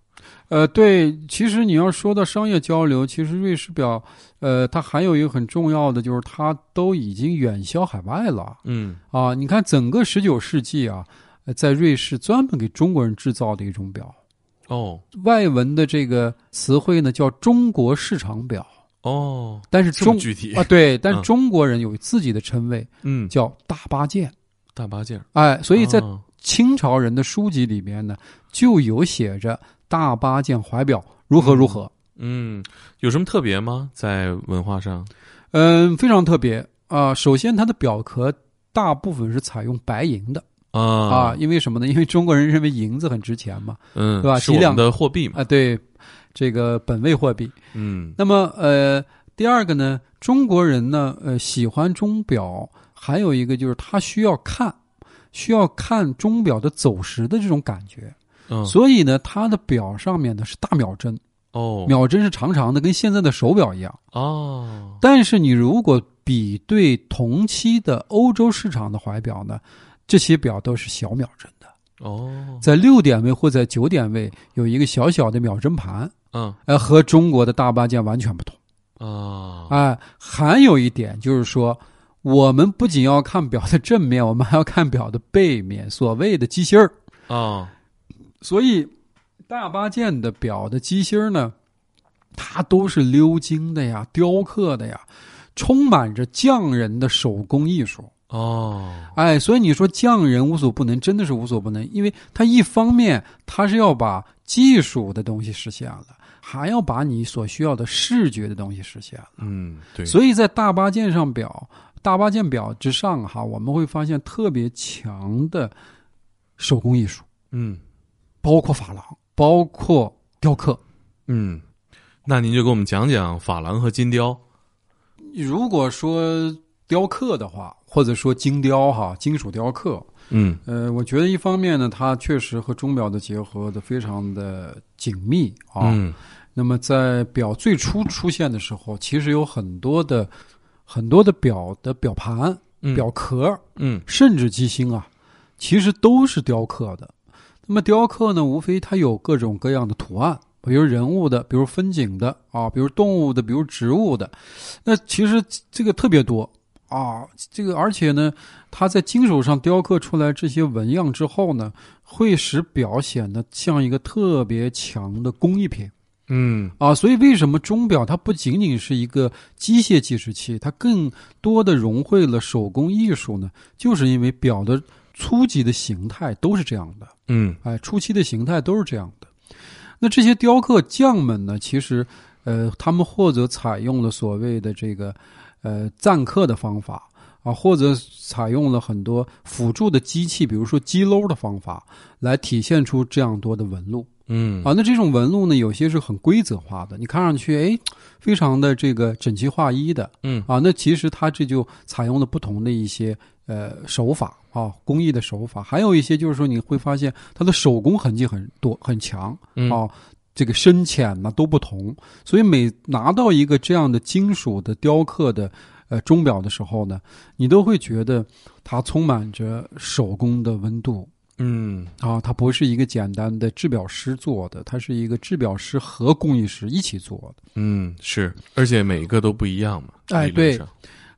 S3: 呃，对，其实你要说到商业交流，其实瑞士表，呃，它还有一个很重要的就是它都已经远销海外了
S2: 嗯
S3: 啊！你看，整个十九世纪啊，呃在瑞士专门给中国人制造的一种表，
S2: 哦
S3: 外文的这个词汇呢叫中国市场表，
S2: 哦，
S3: 但是
S2: 这么
S3: 中
S2: 具体
S3: 啊，对，但
S2: 嗯
S3: 是中国人有自己的称谓
S2: 嗯，
S3: 叫大八件，
S2: 大八件儿，
S3: 哎，所以在
S2: 哦
S3: 清朝人的书籍里面呢，就有写着大八件怀表如何如何。
S2: 嗯，有什么特别吗？在文化上？
S3: 嗯，非常特别啊、首先，它的表壳大部分是采用白银的
S2: 啊
S3: 啊、因为什么呢？因为中国人认为银子很值钱嘛
S2: 嗯，
S3: 对吧
S2: 是我
S3: 几两
S2: 们的货币
S3: 啊、
S2: 嘛。
S3: 对，这个本位货币。
S2: 嗯
S3: 那么，呃，第二个呢，中国人呢，呃，喜欢钟表，还有一个就是他需要看，需要看钟表的走时的这种感觉，
S2: 嗯
S3: 所以呢，它的表上面呢是大秒针，
S2: 哦
S3: 秒针是长长的，跟现在的手表一样。
S2: 哦
S3: 但是你如果比对同期的欧洲市场的怀表呢，这些表都是小秒针的，
S2: 哦
S3: 在六点位或在九点位有一个小小的秒针盘，
S2: 嗯
S3: 呃，和中国的大八件完全不同。
S2: 啊
S3: 哎、还有一点就是说，我们不仅要看表的正面，我们还要看表的背面，所谓的机芯儿。
S2: 啊
S3: 所以，大八件的表的机芯儿呢，它都是鎏金的呀，雕刻的呀，充满着匠人的手工艺术。
S2: 哦
S3: 哎，所以你说匠人无所不能，真的是无所不能，因为他一方面他是要把技术的东西实现了，还要把你所需要的视觉的东西实现了。
S2: 嗯对，
S3: 所以在大八件上表，大八件表之上哈，我们会发现特别强的手工艺术。
S2: 嗯
S3: 包括珐琅，包括雕刻。
S2: 嗯，那您就给我们讲讲珐琅和金雕。
S3: 如果说雕刻的话，或者说精雕哈，金属雕刻，
S2: 嗯
S3: 呃，我觉得一方面呢，它确实和钟表的结合的非常的紧密啊。
S2: 嗯
S3: 那么在表最初出现的时候，其实有很多的很多的表的表盘、
S2: 嗯
S3: 表壳，
S2: 嗯
S3: 甚至机芯啊，其实都是雕刻的。那么雕刻呢，无非它有各种各样的图案，比如人物的，比如风景的啊，比如动物的，比如植物的。那其实这个特别多啊，这个而且呢，它在金属上雕刻出来这些纹样之后呢，会使表显得像一个特别强的工艺品。
S2: 嗯
S3: 啊，所以为什么钟表它不仅仅是一个机械计时器，它更多的融汇了手工艺术呢？就是因为表的初级的形态都是这样的，
S2: 嗯
S3: 哎，初期的形态都是这样的。那这些雕刻匠们呢，其实，呃，他们或者采用了所谓的这个，呃，錾刻的方法啊，或者采用了很多辅助的机器，比如说机篓的方法，来体现出这样多的纹路。
S2: 嗯
S3: 啊，那这种纹路呢，有些是很规则化的，你看上去哎，非常的这个整齐划一的
S2: 嗯
S3: 啊。那其实它这就采用了不同的一些呃手法啊，工艺的手法，还有一些就是说你会发现它的手工痕迹很多很强
S2: 嗯
S3: 啊，这个深浅呢都不同。所以每拿到一个这样的金属的雕刻的呃钟表的时候呢，你都会觉得它充满着手工的温度。
S2: 嗯
S3: 啊，它不是一个简单的制表师做的，它是一个制表师和工艺师一起做的。
S2: 嗯是，而且每一个都不一样嘛。
S3: 哎
S2: 理论
S3: 对
S2: 上，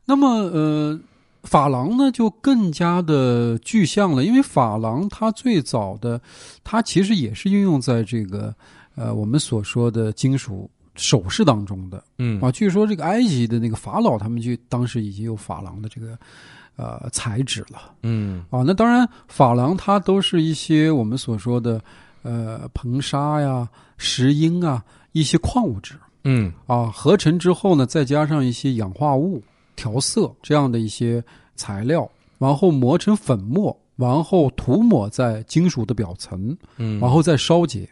S3: 那么，呃，珐琅呢就更加的具象了，因为珐琅它最早的，它其实也是运用在这个呃我们所说的金属首饰当中的
S2: 嗯
S3: 啊。据说这个埃及的那个法老他们就当时已经有珐琅的这个呃材质了。
S2: 嗯
S3: 啊，那当然，珐琅它都是一些我们所说的，呃，硼砂呀、石英啊，一些矿物质
S2: 嗯
S3: 啊，合成之后呢，再加上一些氧化物、调色这样的一些材料，然后磨成粉末，然后涂抹在金属的表层，
S2: 嗯，
S3: 然后再烧结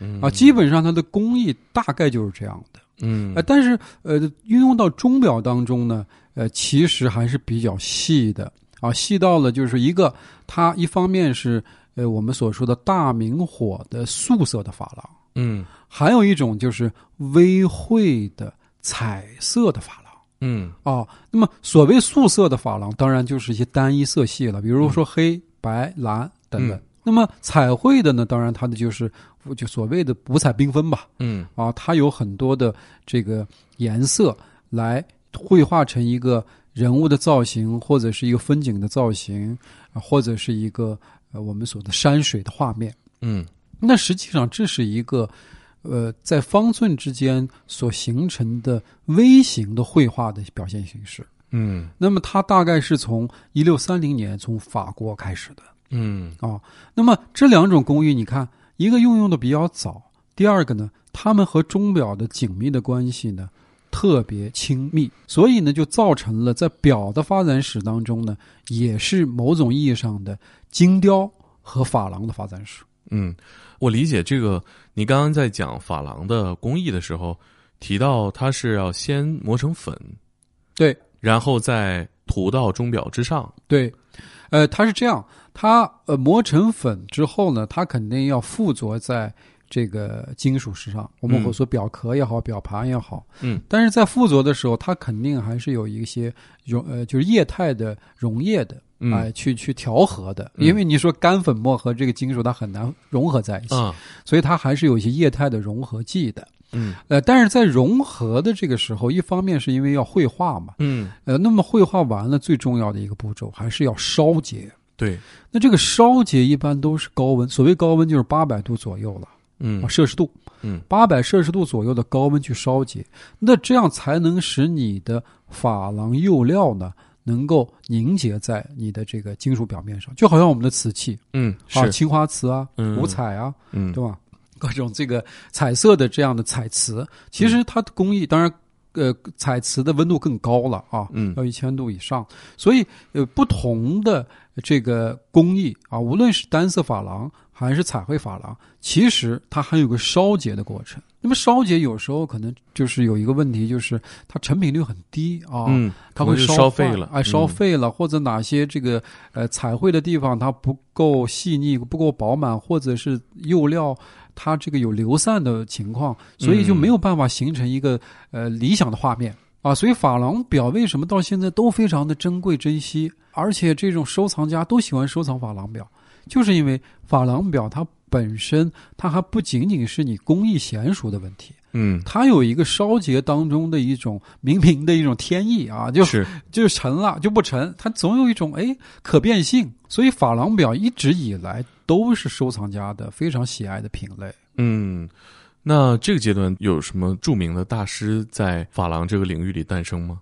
S2: 嗯
S3: 啊，基本上它的工艺大概就是这样的。
S2: 嗯
S3: 呃，但是呃，运用到钟表当中呢，呃，其实还是比较细的啊，细到了就是一个，它一方面是呃我们所说的大明火的素色的珐琅，
S2: 嗯
S3: 还有一种就是微绘的彩色的珐琅。
S2: 嗯
S3: 啊，那么所谓素色的珐琅，当然就是一些单一色系了，比如说黑、白、蓝等等。
S2: 嗯
S3: 那么彩绘的呢，当然它的就是就所谓的五彩缤纷吧，
S2: 嗯
S3: 啊，它有很多的这个颜色来绘画成一个人物的造型，或者是一个风景的造型，啊、或者是一个呃我们所的山水的画面。
S2: 嗯
S3: 那实际上这是一个呃在方寸之间所形成的微型的绘画的表现形式。
S2: 嗯
S3: 那么它大概是从一六三零年从法国开始的。
S2: 嗯
S3: 啊、那么这两种工艺，你看，一个运用的比较早，第二个呢，它们和钟表的紧密的关系呢特别亲密，所以呢，就造成了在表的发展史当中呢，也是某种意义上的精雕和珐琅的发展史。
S2: 嗯，我理解这个。你刚刚在讲珐琅的工艺的时候，提到它是要先磨成粉，
S3: 对
S2: 然后再涂到钟表之上。
S3: 对，呃，它是这样，它呃磨成粉之后呢，它肯定要附着在。这个金属之上，我
S2: 嗯
S3: 们所说表壳也好，表盘也好，
S2: 嗯
S3: 但是在附着的时候，它肯定还是有一些溶呃，就是液态的溶液的，
S2: 嗯
S3: 哎、去去调和的。
S2: 嗯
S3: 因为你说干粉末和这个金属它很难融合在一起，
S2: 啊
S3: 所以它还是有一些液态的融合剂的。
S2: 嗯
S3: 呃，但是在融合的这个时候，一方面是因为要绘画嘛，
S2: 嗯，
S3: 呃，那么绘画完了最重要的一个步骤还是要烧结。
S2: 对，
S3: 那这个烧结一般都是高温，所谓高温就是八百度左右了。
S2: 嗯
S3: 啊，摄氏度，
S2: 嗯，
S3: 八百摄氏度左右的高温去烧结，那这样才能使你的珐琅釉料呢能够凝结在你的这个金属表面上，就好像我们的瓷器
S2: 嗯
S3: 啊，
S2: 是
S3: 青花瓷啊，
S2: 嗯
S3: 五彩啊，
S2: 嗯
S3: 对吧？各种这个彩色的这样的彩瓷，其实它的工艺当然。呃，彩瓷的温度更高了啊，
S2: 嗯
S3: 要一千度以上，所以呃，不同的这个工艺啊，无论是单色珐琅还是彩绘珐琅，其实它还有个烧结的过程。那么烧结有时候可能就是有一个问题，就是它成品率很低啊，
S2: 嗯，
S3: 它会
S2: 可能就
S3: 烧
S2: 烧废
S3: 坏
S2: 了
S3: 哎，烧
S2: 嗯
S3: 废了，或者哪些这个呃彩绘的地方它不够细腻、不够饱满，或者是釉料它这个有流散的情况，所以就
S2: 嗯
S3: 没有办法形成一个呃理想的画面啊。所以珐琅表为什么到现在都非常的珍贵珍惜，而且这种收藏家都喜欢收藏珐琅表，就是因为珐琅表它本身它还不仅仅是你工艺娴熟的问题。
S2: 嗯，
S3: 它有一个烧结当中的一种冥冥的一种天意啊，就是就沉了就不沉，它总有一种哎可变性。所以珐琅表一直以来都是收藏家的非常喜爱的品类。
S2: 嗯。那这个阶段有什么著名的大师在珐琅这个领域里诞生吗？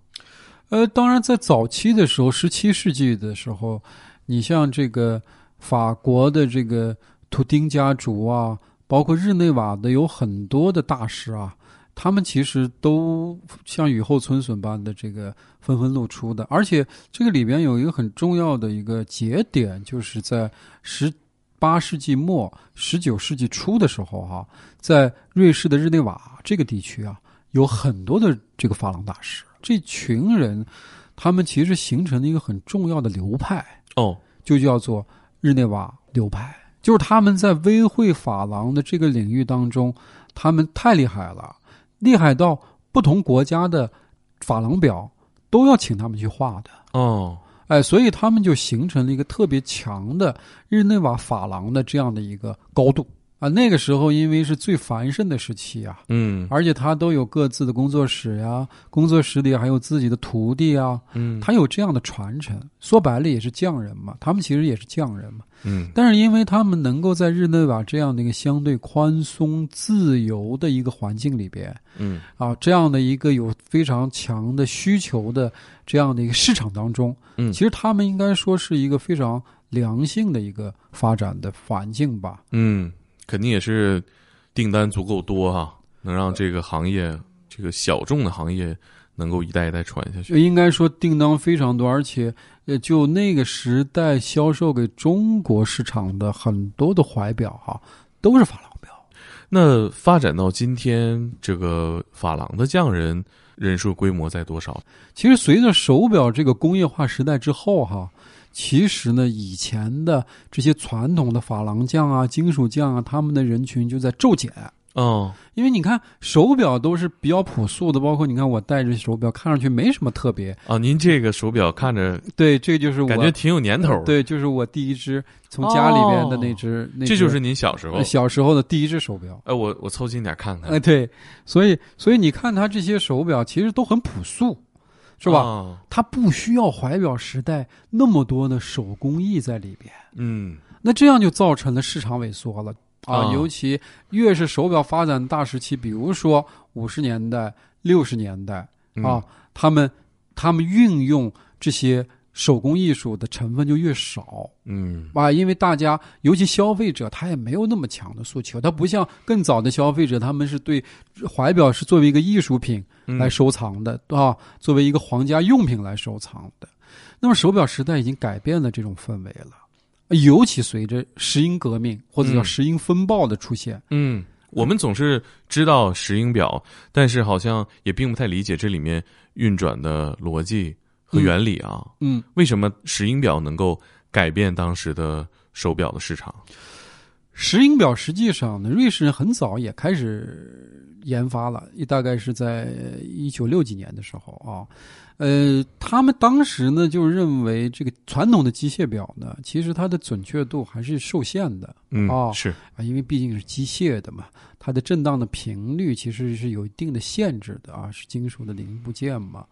S3: 呃，当然在早期的时候，十七世纪的时候，你像这个法国的这个图丁家族啊，包括日内瓦的有很多的大师啊。他们其实都像雨后春笋般的这个纷纷露出的，而且这个里边有一个很重要的一个节点，就是在十八世纪末、十九世纪初的时候哈、在瑞士的日内瓦这个地区啊，有很多的这个珐琅大师。这群人，他们其实形成了一个很重要的流派，
S2: 哦，
S3: 就叫做日内瓦流派。就是他们在微绘珐琅的这个领域当中，他们太厉害了，厉害到不同国家的珐琅表都要请他们去画的。
S2: 哦，
S3: 哎，所以他们就形成了一个特别强的日内瓦珐琅的这样的一个高度啊。那个时候因为是最繁盛的时期啊，
S2: 嗯
S3: 而且他都有各自的工作室呀、工作室里还有自己的徒弟啊，
S2: 嗯，
S3: 他有这样的传承。说白了也是匠人嘛，他们其实也是匠人嘛。
S2: 嗯
S3: 但是因为他们能够在日内瓦这样的一个相对宽松、自由的一个环境里边
S2: 嗯
S3: 啊，这样的一个有非常强的需求的这样的一个市场当中，
S2: 嗯
S3: 其实他们应该说是一个非常良性的一个发展的环境吧。
S2: 嗯，肯定也是订单足够多哈、能让这个行业这个小众的行业能够一代一代传下去。
S3: 就应该说订单非常多，而且呃，就那个时代销售给中国市场的很多的怀表哈、都是珐琅表。
S2: 那发展到今天，这个珐琅的匠人人数规模在多少？
S3: 其实随着手表这个工业化时代之后哈、其实呢，以前的这些传统的珐琅匠啊、金属匠啊，他们的人群就在骤减。
S2: 哦，
S3: 因为你看手表都是比较朴素的，包括你看我戴着手表，看上去没什么特别。
S2: 啊，您这个手表看着
S3: 对，这就是我
S2: 感觉挺有年头儿，，
S3: 对，就是我第一只从家里边的那
S2: 哦
S3: 只，那
S2: 这
S3: 只
S2: 就是您小时候嗯
S3: 呃。小时候的第一只手表。
S2: 哎，我我凑近点看看，
S3: 哎，对，所以所以你看它这些手表其实都很朴素，是吧？
S2: 哦
S3: 它不需要怀表时代那么多的手工艺在里边，
S2: 嗯
S3: 那这样就造成了市场萎缩了啊！
S2: 啊
S3: 尤其越是手表发展大时期，比如说五十年代、六十年代
S2: 嗯
S3: 啊，他们他们运用这些手工艺术的成分就越少。
S2: 嗯
S3: 啊，因为大家，尤其消费者，他也没有那么强的诉求，他不像更早的消费者，他们是对怀表是作为一个艺术品
S2: 嗯
S3: 来收藏的、啊，作为一个皇家用品来收藏的。那么手表时代已经改变了这种氛围了，尤其随着石英革命或者叫
S2: 嗯
S3: 石英风暴的出现，
S2: 嗯，我们总是知道石英表，但是好像也并不太理解这里面运转的逻辑和原理啊。
S3: 嗯，
S2: 为什么石英表能够改变当时的手表的市场？
S3: 石英表实际上呢，瑞士人很早也开始研发了，也大概是在一九六几年的时候啊。呃，他们当时呢就认为这个传统的机械表呢，其实它的准确度还是受限的
S2: 嗯，
S3: 哦
S2: 是，
S3: 啊，因为毕竟是机械的嘛，它的震荡的频率其实是有一定的限制的啊，是金属的零部件嘛。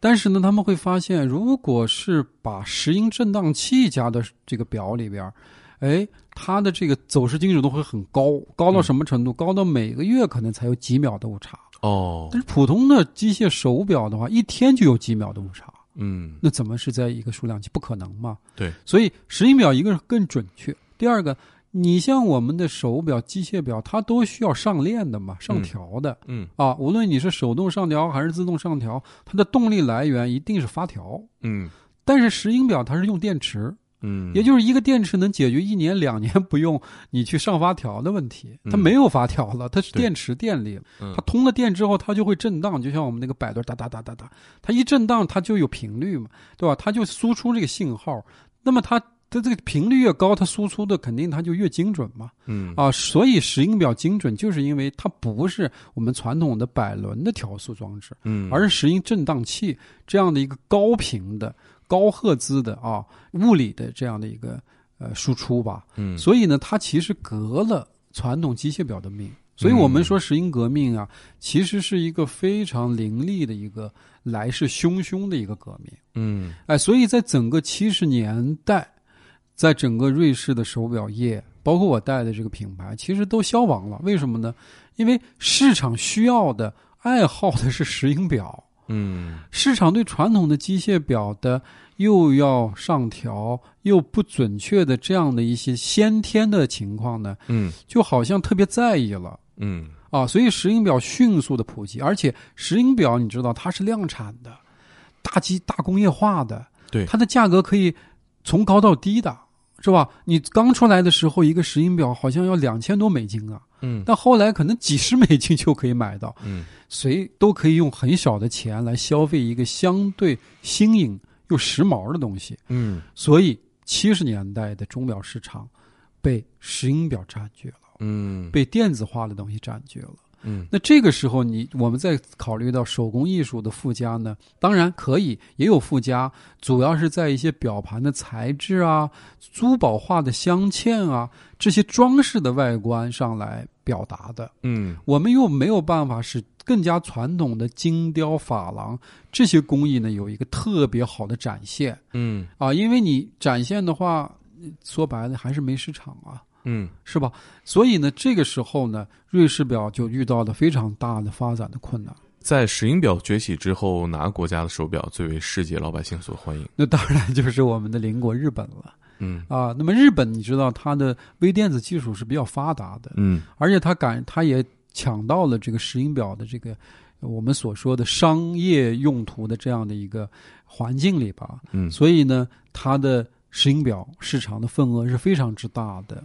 S3: 但是呢，他们会发现，如果是把石英振荡器加到这个表里边儿，哎，它的这个走势精准度会很高，高到什么程度？高到每个月可能才有几秒的误差。
S2: 哦
S3: 但，是普通的机械手表的话，一天就有几秒的误差。
S2: 嗯
S3: 那怎么是在一个数量级？不可能嘛。
S2: 对，
S3: 所以石英表一个是更准确，第二个，你像我们的手表、机械表，它都需要上链的嘛，上调的、
S2: 嗯
S3: 啊。无论你是手动上调还是自动上调，它的动力来源一定是发条。
S2: 嗯
S3: 但是石英表它是用电池，
S2: 嗯，
S3: 也就是一个电池能解决一年两年不用你去上发条的问题，它
S2: 嗯
S3: 没有发条了，它是
S2: 对
S3: 电池电力了，
S2: 嗯
S3: 它通了电之后它就会震荡，就像我们那个摆轮哒哒哒哒哒，它一震荡它就有频率嘛，对吧？它就输出这个信号，那么它它这个频率越高，它输出的肯定它就越精准嘛。
S2: 嗯
S3: 啊，所以石英表精准，就是因为它不是我们传统的摆轮的调速装置，
S2: 嗯，
S3: 而是石英振荡器这样的一个高频的、高赫兹的啊物理的这样的一个呃输出吧。
S2: 嗯
S3: 所以呢，它其实革了传统机械表的命。所以我们说石英革命啊，其实是一个非常凌厉的一个来势汹汹的一个革命。
S2: 嗯
S3: 哎，所以在整个七十年代，在整个瑞士的手表业，包括我带的这个品牌，其实都消亡了。为什么呢？因为市场需要的、爱好的是石英表，
S2: 嗯
S3: 市场对传统的机械表的又要上调又不准确的这样的一些先天的情况呢，
S2: 嗯
S3: 就好像特别在意了。
S2: 嗯
S3: 啊，所以石英表迅速的普及，而且石英表你知道它是量产的，大机大工业化的，
S2: 对
S3: 它的价格可以从高到低的，是吧？你刚出来的时候，一个石英表好像要两千多美金啊，
S2: 嗯
S3: 但后来可能几十美金就可以买到，
S2: 嗯
S3: 谁都可以用很少的钱来消费一个相对新颖又时髦的东西，
S2: 嗯
S3: 所以七十年代的钟表市场被石英表占据了，
S2: 嗯
S3: 被电子化的东西占据了。
S2: 嗯
S3: 那这个时候你，我们再考虑到手工艺术的附加呢，当然可以也有附加，主要是在一些表盘的材质啊、珠宝化的镶嵌啊这些装饰的外观上来表达的。
S2: 嗯
S3: 我们又没有办法使更加传统的精雕珐琅这些工艺呢有一个特别好的展现
S2: 嗯
S3: 啊，因为你展现的话，说白了还是没市场啊。
S2: 嗯
S3: 是吧？所以呢，这个时候呢，瑞士表就遇到了非常大的发展的困难。
S2: 在石英表崛起之后，哪个国家的手表最为世界老百姓所欢迎？
S3: 那当然就是我们的邻国日本了
S2: 嗯
S3: 啊。那么日本，你知道它的微电子技术是比较发达的，
S2: 嗯
S3: 而且它敢，它也抢到了这个石英表的这个我们所说的商业用途的这样的一个环境里吧。
S2: 嗯
S3: 所以呢，它的石英表市场的份额是非常之大的，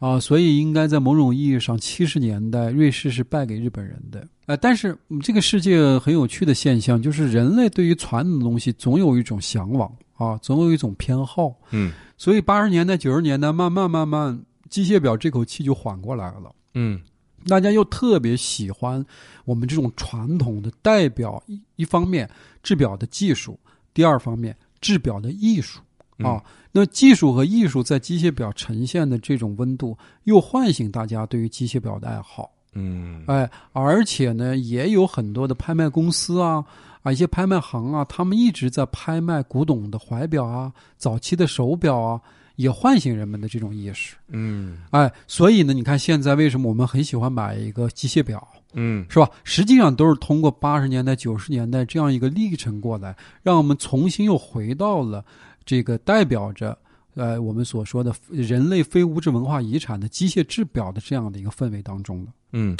S3: 啊，所以应该在某种意义上，七十年代瑞士是败给日本人的。呃，但是嗯这个世界很有趣的现象就是，人类对于传统的东西总有一种向往啊，总有一种偏好。
S2: 嗯
S3: 所以八十年代、九十年代，慢慢慢慢，机械表这口气就缓过来了。
S2: 嗯
S3: 大家又特别喜欢我们这种传统的代表一一方面制表的技术，第二方面制表的艺术啊。那技术和艺术在机械表呈现的这种温度，又唤醒大家对于机械表的爱好。
S2: 嗯
S3: 哎，而且呢，也有很多的拍卖公司啊，啊，一些拍卖行啊，他们一直在拍卖古董的怀表啊、早期的手表啊，也唤醒人们的这种意识。
S2: 嗯
S3: 哎，所以呢，你看现在为什么我们很喜欢买一个机械表，
S2: 嗯
S3: 是吧？实际上都是通过八十年代、九十年代这样一个历程过来，让我们重新又回到了这个代表着呃我们所说的人类非物质文化遗产的机械制表的这样的一个氛围当中了。
S2: 嗯，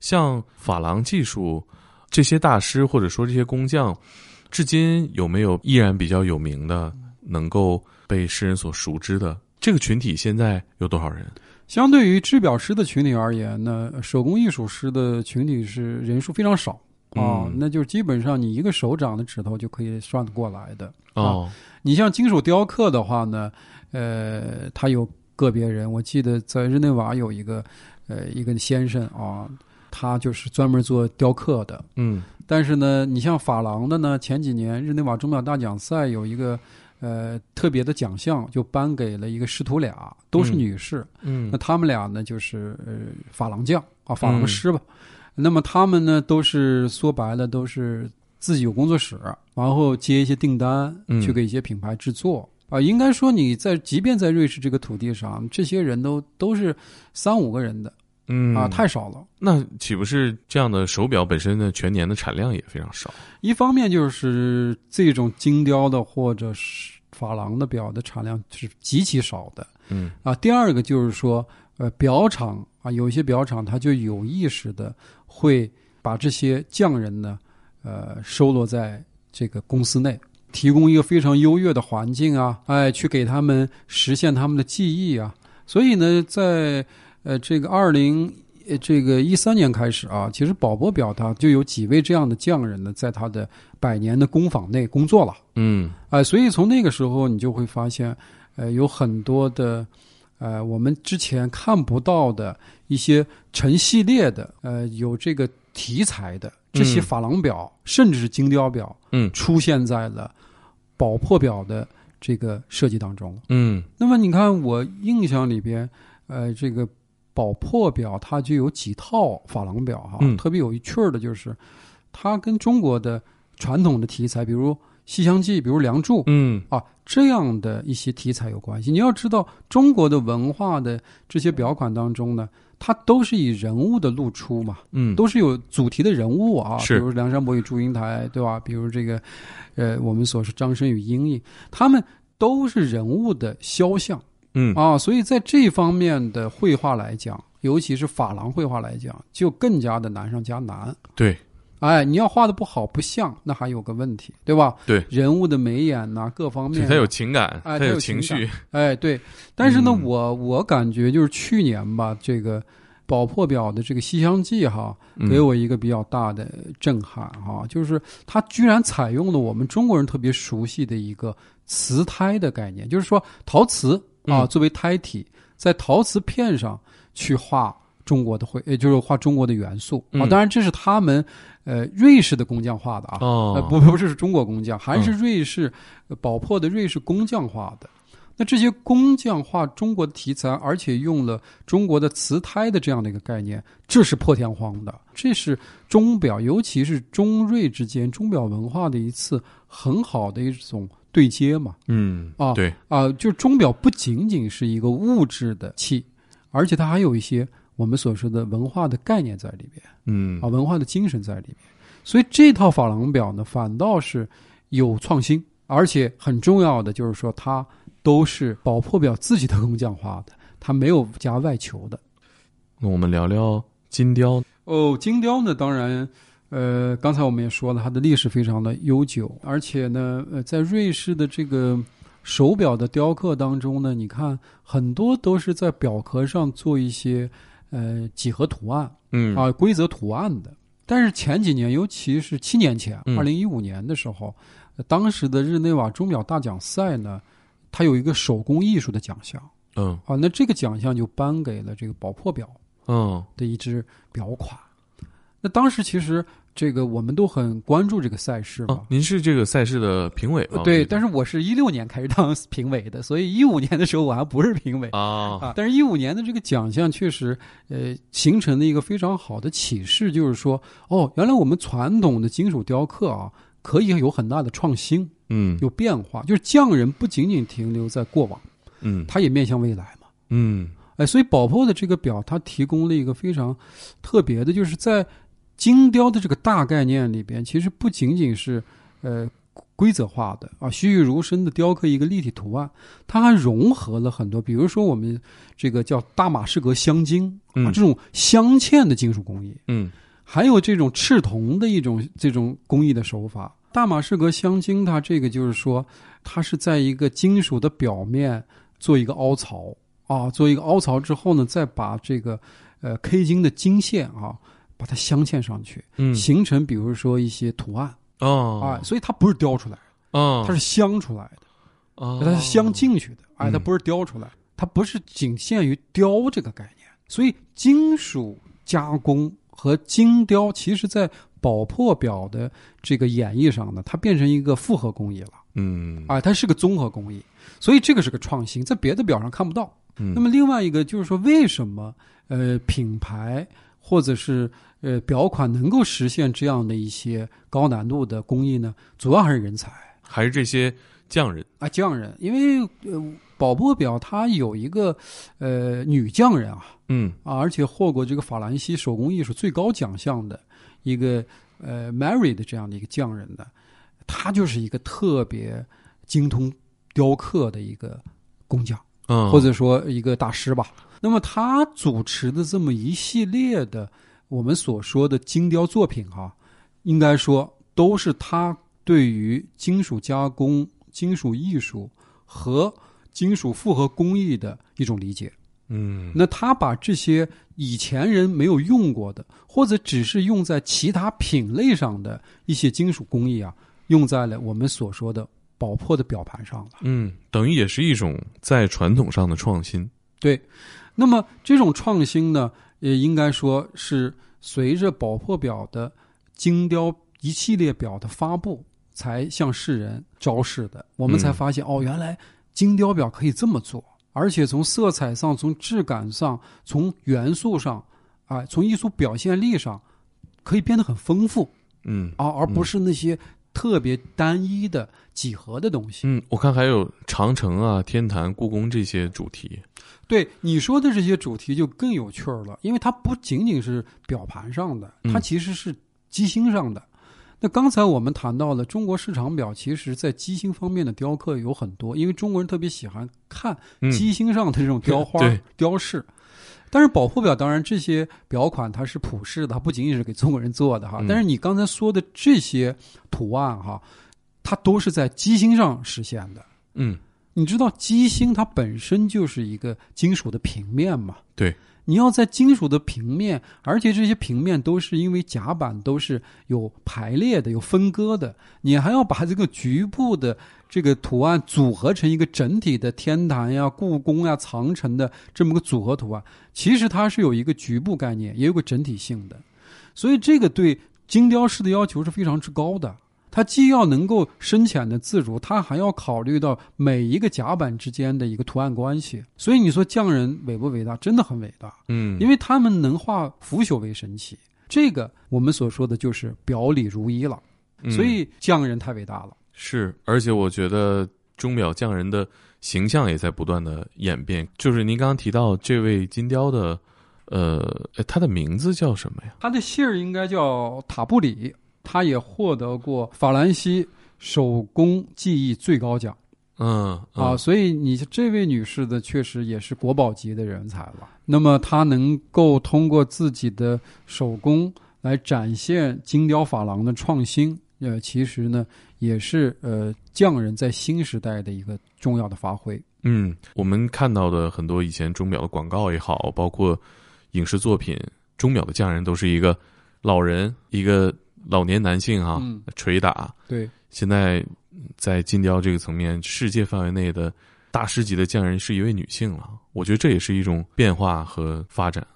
S2: 像珐琅技术这些大师或者说这些工匠，至今有没有依然比较有名的，能够被世人所熟知的这个群体，现在有多少人？
S3: 相对于制表师的群体而言呢，手工艺术师的群体是人数非常少啊，
S2: 嗯
S3: 那就是基本上你一个手掌的指头就可以算得过来的。
S2: 哦，
S3: 你像金属雕刻的话呢，呃，它有个别人，我记得在日内瓦有一个呃一个先生啊，他就是专门做雕刻的。
S2: 嗯
S3: 但是呢，你像珐琅的呢，前几年日内瓦钟表大奖赛有一个呃特别的奖项，就颁给了一个师徒俩，都是
S2: 嗯
S3: 女士。
S2: 嗯
S3: 那他们俩呢，就是呃珐琅匠啊，珐
S2: 嗯
S3: 琅师吧。那么他们呢，都是说白了，都是自己有工作室，然后接一些订单
S2: 嗯，
S3: 去给一些品牌制作。啊，应该说你在，即便在瑞士这个土地上，这些人都都是三五个人的
S2: 嗯
S3: 啊，太少了。
S2: 那岂不是这样的手表本身的全年的产量也非常少？
S3: 一方面就是这种精雕的或者是珐琅的表的产量是极其少的，
S2: 嗯
S3: 啊，第二个就是说，呃，表厂啊，有一些表厂它就有意识的会把这些匠人呢，呃，收罗在这个公司内。提供一个非常优越的环境啊，哎，去给他们实现他们的技艺啊。所以呢，在呃这个二零呃这个一三年开始啊，其实保博表他就有几位这样的匠人呢，在他的百年的工坊内工作了。
S2: 嗯
S3: 哎、所以从那个时候你就会发现，呃，有很多的，呃，我们之前看不到的一些成系列的，呃，有这个题材的这些
S2: 嗯
S3: 珐琅表，甚至是精雕表，
S2: 嗯
S3: 出现在了宝珀表的这个设计当中了。
S2: 嗯
S3: 那么你看，我印象里边，呃，这个宝珀表它就有几套珐琅表哈、
S2: 嗯
S3: 特别有趣儿的就是，它跟中国的传统的题材，比如《西厢记》，比如《梁祝》
S2: 嗯
S3: 啊这样的一些题材有关系。你要知道，中国的文化的这些表款当中呢，它都是以人物的露出嘛，
S2: 嗯，
S3: 都是有主题的人物啊，比
S2: 是
S3: 如梁山伯与祝英台，对吧？比如这个，呃，我们所说张生与英英，他们都是人物的肖像
S2: 嗯
S3: 啊，所以在这方面的绘画来讲，尤其是珐琅绘画来讲，就更加的难上加难。
S2: 对，
S3: 哎，你要画的不好不像，那还有个问题，对吧？
S2: 对
S3: 人物的眉眼呐、各方面啊、
S2: 它有情感，
S3: 哎
S2: 它
S3: 它有
S2: 情
S3: 情
S2: 绪，
S3: 哎，对，但是呢，
S2: 嗯
S3: 我我感觉就是去年吧，这个宝珀表的这个《西厢记》哈，
S2: 嗯
S3: 给我一个比较大的震撼哈，就是它居然采用了我们中国人特别熟悉的一个瓷胎的概念，就是说陶瓷啊、
S2: 嗯
S3: 作为胎体，在陶瓷片上去画。中国的绘，也就是画中国的元素啊，
S2: 嗯
S3: 当然这是他们，呃，瑞士的工匠画的啊，呃，
S2: 哦，
S3: 不不是中国工匠，还是瑞士呃宝珀的瑞士工匠画的。那这些工匠画中国的题材，而且用了中国的瓷胎的这样的一个概念，这是破天荒的，这是中表，尤其是中瑞之间中表文化的一次很好的一种对接嘛。
S2: 嗯
S3: 啊
S2: 对，
S3: 啊、就钟表不仅仅是一个物质的器，而且它还有一些我们所说的文化的概念在里边。
S2: 嗯
S3: 啊，文化的精神在里面。所以这套珐琅表呢，反倒是有创新，而且很重要的就是说，它都是宝珀表自己的工匠画的，它没有加外求的。
S2: 那我们聊聊金雕，
S3: 哦，金雕呢，当然，呃，刚才我们也说了，它的历史非常的悠久，而且呢，呃，在瑞士的这个手表的雕刻当中呢，你看很多都是在表壳上做一些呃几何图案，
S2: 嗯
S3: 啊、规则图案的。但是前几年，尤其是七年前，
S2: 嗯
S3: 二零一五年的时候、呃当时的日内瓦钟表大奖赛呢，它有一个手工艺术的奖项
S2: 嗯
S3: 啊，那这个奖项就颁给了这个宝珀表
S2: 嗯
S3: 的一只表款。那当时其实这个我们都很关注这个赛事嘛
S2: 啊，，您是这个赛事的评委吗？
S3: 对。但
S2: 是
S3: 是我是一六年开始当评委的，所以一五年的时候我还不是评委。
S2: 啊，
S3: 啊，但是，一五年的这个奖项确实，呃，形成了一个非常好的启示，就是说，哦，原来我们传统的金属雕刻啊，可以有很大的创新，
S2: 嗯
S3: 有变化，就是匠人不仅仅停留在过往，
S2: 嗯
S3: 他也面向未来嘛。
S2: 嗯
S3: 哎，所以宝珀的这个表，它提供了一个非常特别的，就是在精雕的这个大概念里边，其实不仅仅是呃规则化的啊，栩栩如生的雕刻一个立体图案，它还融合了很多，比如说我们这个叫大马士革镶金啊，
S2: 嗯
S3: 这种镶嵌的金属工艺，
S2: 嗯
S3: 还有这种赤铜的一种这种工艺的手法。大马士革镶金，它这个就是说，它是在一个金属的表面做一个凹槽啊，做一个凹槽之后呢，再把这个呃 K 金的金线啊，把它镶嵌上去，
S2: 嗯
S3: 形成比如说一些图案
S2: 哦
S3: 啊，所以它不是雕出来，
S2: 哦，
S3: 它是镶出来的。
S2: 哦
S3: 它是镶进去的，哎，
S2: 嗯
S3: 它不是雕出来，它不是仅限于雕这个概念。所以金属加工和精雕，其实在宝珀表的这个演绎上呢，它变成一个复合工艺了，
S2: 嗯
S3: 啊，它是个综合工艺，所以这个是个创新，在别的表上看不到。
S2: 嗯
S3: 那么另外一个就是说，为什么呃品牌或者是呃表款能够实现这样的一些高难度的工艺呢？主要还是人才。
S2: 还是这些匠人，
S3: 啊，匠人，因为呃，宝珀表它有一个呃女匠人啊
S2: 嗯
S3: 啊，而且获过这个法兰西手工艺术最高奖项的一个呃 Mary 的这样的一个匠人呢，她就是一个特别精通雕刻的一个工匠，
S2: 嗯，
S3: 或者说一个大师吧。那么他主持的这么一系列啊的我们所说的精雕作品哈、应该说都是他对于金属加工、金属艺术和金属复合工艺的一种理解。
S2: 嗯，
S3: 那他把这些以前人没有用过的，或者只是用在其他品类上的一些金属工艺啊，用在了我们所说的宝珀的表盘上了。
S2: 嗯，等于也是一种在传统上的创新。
S3: 对，那么这种创新呢，也应该说是随着宝珀表的精雕一系列表的发布，才向世人昭示的。我们才
S2: 嗯
S3: 发现，哦，原来精雕表可以这么做，而且从色彩上、从质感上、从元素上，啊、从艺术表现力上，可以变得很丰富
S2: 嗯
S3: 啊，而不是那些特别单一的几何的东西。
S2: 嗯，我看还有长城啊、天坛、故宫这些主题。
S3: 对你说的这些主题就更有趣儿了，因为它不仅仅是表盘上的，它
S2: 嗯
S3: 其实是机芯上的。那刚才我们谈到了中国市场表，其实在机芯方面的雕刻有很多，因为中国人特别喜欢看
S2: 嗯，
S3: 机芯上的这种雕花、
S2: 对
S3: 雕饰。但是保护表当然这些表款它是普世的，它不仅仅是给中国人做的哈。
S2: 嗯
S3: 但是你刚才说的这些图案哈，它都是在机芯上实现的。
S2: 嗯
S3: 你知道机芯它本身就是一个金属的平面嘛？
S2: 对，
S3: 你要在金属的平面，而且这些平面都是因为甲板都是有排列的、有分割的，你还要把这个局部的这个图案组合成一个整体的天坛呀、故宫呀、长城的这么个组合图案。其实它是有一个局部概念，也有个整体性的，所以这个对精雕师的要求是非常之高的。它既要能够深浅的自如，它还要考虑到每一个甲板之间的一个图案关系。所以你说匠人伟不伟大？真的很伟大，
S2: 嗯，
S3: 因为他们能化腐朽为神奇。这个我们所说的就是表里如一了。
S2: 为
S3: 所以匠人太伟大了。
S2: 是，而且我觉得钟表匠人的形象也在不断的演变。就是您刚刚提到这位金雕的，呃，哎他的名字叫什么呀？
S3: 他的姓儿应该叫塔布里，他也获得过法兰西手工技艺最高奖
S2: 嗯
S3: 啊，所以你这位女士的确实也是国宝级的人才了。那么她能够通过自己的手工来展现精雕珐琅的创新，呃，其实呢也是呃匠人在新时代的一个重要的发挥。
S2: 嗯，我们看到的很多以前钟表的广告也好，包括影视作品，钟表的匠人都是一个老人，一个老年男性啊，
S3: 嗯
S2: 捶打。
S3: 对，
S2: 现在在金雕这个层面，世界范围内的大师级的匠人是一位女性了。我觉得这也是一种变化和发展。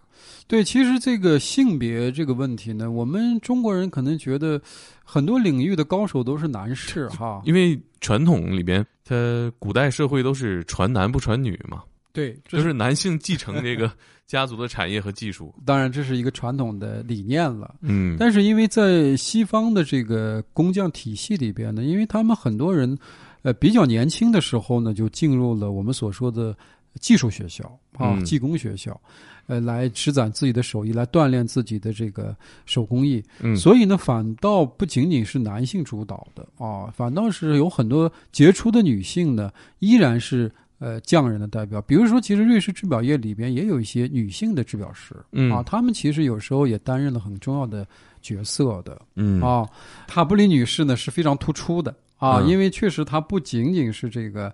S3: 对，其实这个性别这个问题呢，我们中国人可能觉得很多领域的高手都是男士哈。
S2: 因为传统里边，它古代社会都是传男不传女嘛，
S3: 对，这
S2: 就是男性继承这个家族的产业和技术。
S3: 当然这是一个传统的理念了。
S2: 嗯，
S3: 但是因为在西方的这个工匠体系里边呢，因为他们很多人，呃，比较年轻的时候呢，就进入了我们所说的技术学校啊，
S2: 嗯
S3: 技工学校，呃，来施展自己的手艺，来锻炼自己的这个手工艺。
S2: 嗯
S3: 所以呢，反倒不仅仅是男性主导的啊，反倒是有很多杰出的女性呢，依然是呃匠人的代表。比如说，其实瑞士制表业里边也有一些女性的制表师、
S2: 嗯
S3: 啊，她们其实有时候也担任了很重要的角色的
S2: 嗯
S3: 啊。塔布里女士呢是非常突出的啊，
S2: 嗯
S3: 因为确实她不仅仅是这个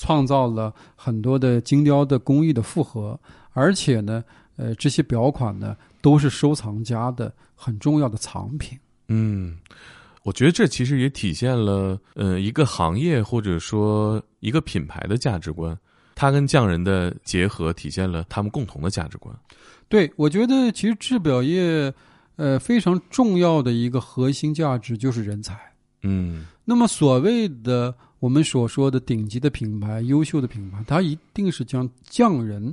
S3: 创造了很多的精雕的工艺的复合，而且呢，呃，这些表款呢都是收藏家的很重要的藏品。
S2: 嗯，我觉得这其实也体现了，呃，一个行业或者说一个品牌的价值观，它跟匠人的结合，体现了他们共同的价值观。
S3: 对，我觉得其实制表业，呃，非常重要的一个核心价值就是人才。
S2: 嗯
S3: 那么所谓的我们所说的顶级的品牌、优秀的品牌，它一定是将匠人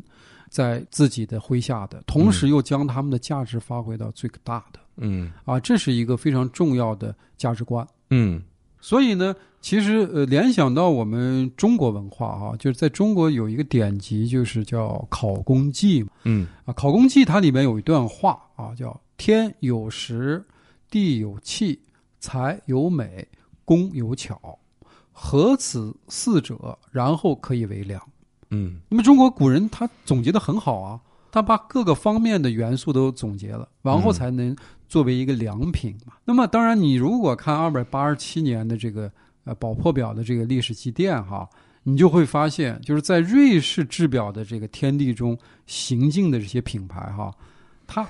S3: 在自己的麾下的，同时又将他们的价值发挥到最大的、
S2: 嗯
S3: 啊，这是一个非常重要的价值观。
S2: 嗯
S3: 所以呢，其实呃，联想到我们中国文化啊，就是在中国有一个典籍，就是叫《考工记》嘛
S2: 嗯
S3: 啊，《考工记》它里面有一段话啊，叫“天有时，地有气，才有美，工有巧，合此四者，然后可以为良。
S2: 嗯”
S3: 那么中国古人他总结的很好啊，它把各个方面的元素都总结了，然后才能作为一个良品嘛。那么，当然你如果看二百八十七年的这个呃宝珀表的这个历史积淀哈，你就会发现，就是在瑞士制表的这个天地中行进的这些品牌哈，它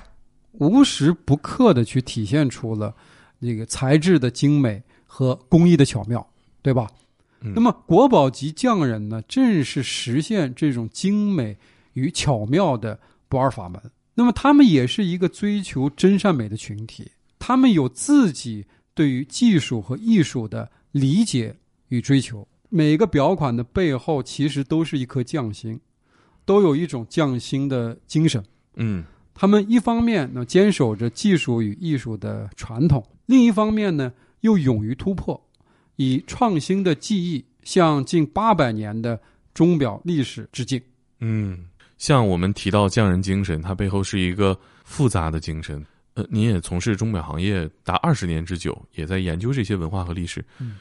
S3: 无时不刻的去体现出了这个材质的精美和工艺的巧妙，对吧？
S2: 嗯
S3: 那么国宝级匠人呢，正是实现这种精美与巧妙的不二法门。那么他们也是一个追求真善美的群体，他们有自己对于技术和艺术的理解与追求。每个表款的背后，其实都是一颗匠心，都有一种匠心的精神。
S2: 嗯
S3: 他们一方面呢坚守着技术与艺术的传统，另一方面呢又勇于突破，以创新的技艺向近八百年的钟表历史致敬。
S2: 嗯，像我们提到匠人精神，它背后是一个复杂的精神。呃，您也从事钟表行业达二十年之久，也在研究这些文化和历史。
S3: 嗯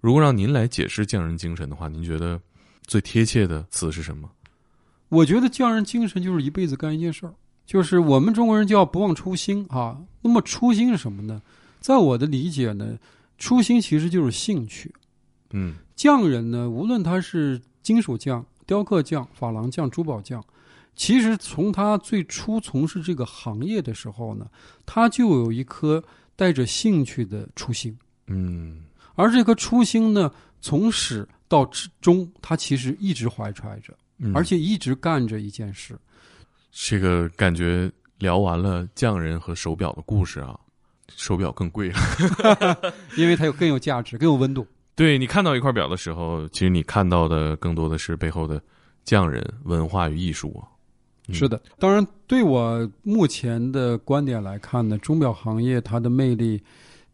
S2: 如果让您来解释匠人精神的话，您觉得最贴切的词是什么？
S3: 我觉得匠人精神就是一辈子干一件事儿，就是我们中国人叫不忘初心啊。那么初心是什么呢？在我的理解呢，初心其实就是兴趣。
S2: 嗯
S3: 匠人呢，无论他是金属匠、雕刻匠、珐琅匠、珠宝匠，其实从他最初从事这个行业的时候呢，他就有一颗带着兴趣的初心，
S2: 嗯
S3: 而这颗初心呢，从始到至终，他其实一直怀揣着，
S2: 嗯，
S3: 而且一直干着一件事。
S2: 这个感觉聊完了匠人和手表的故事啊，手表更贵了。
S3: 因为它有更有价值，更有温度。
S2: 对你看到一块表的时候，其实你看到的更多的是背后的匠人文化与艺术啊。嗯
S3: 是，的，当然，对我目前的观点来看呢，钟表行业它的魅力，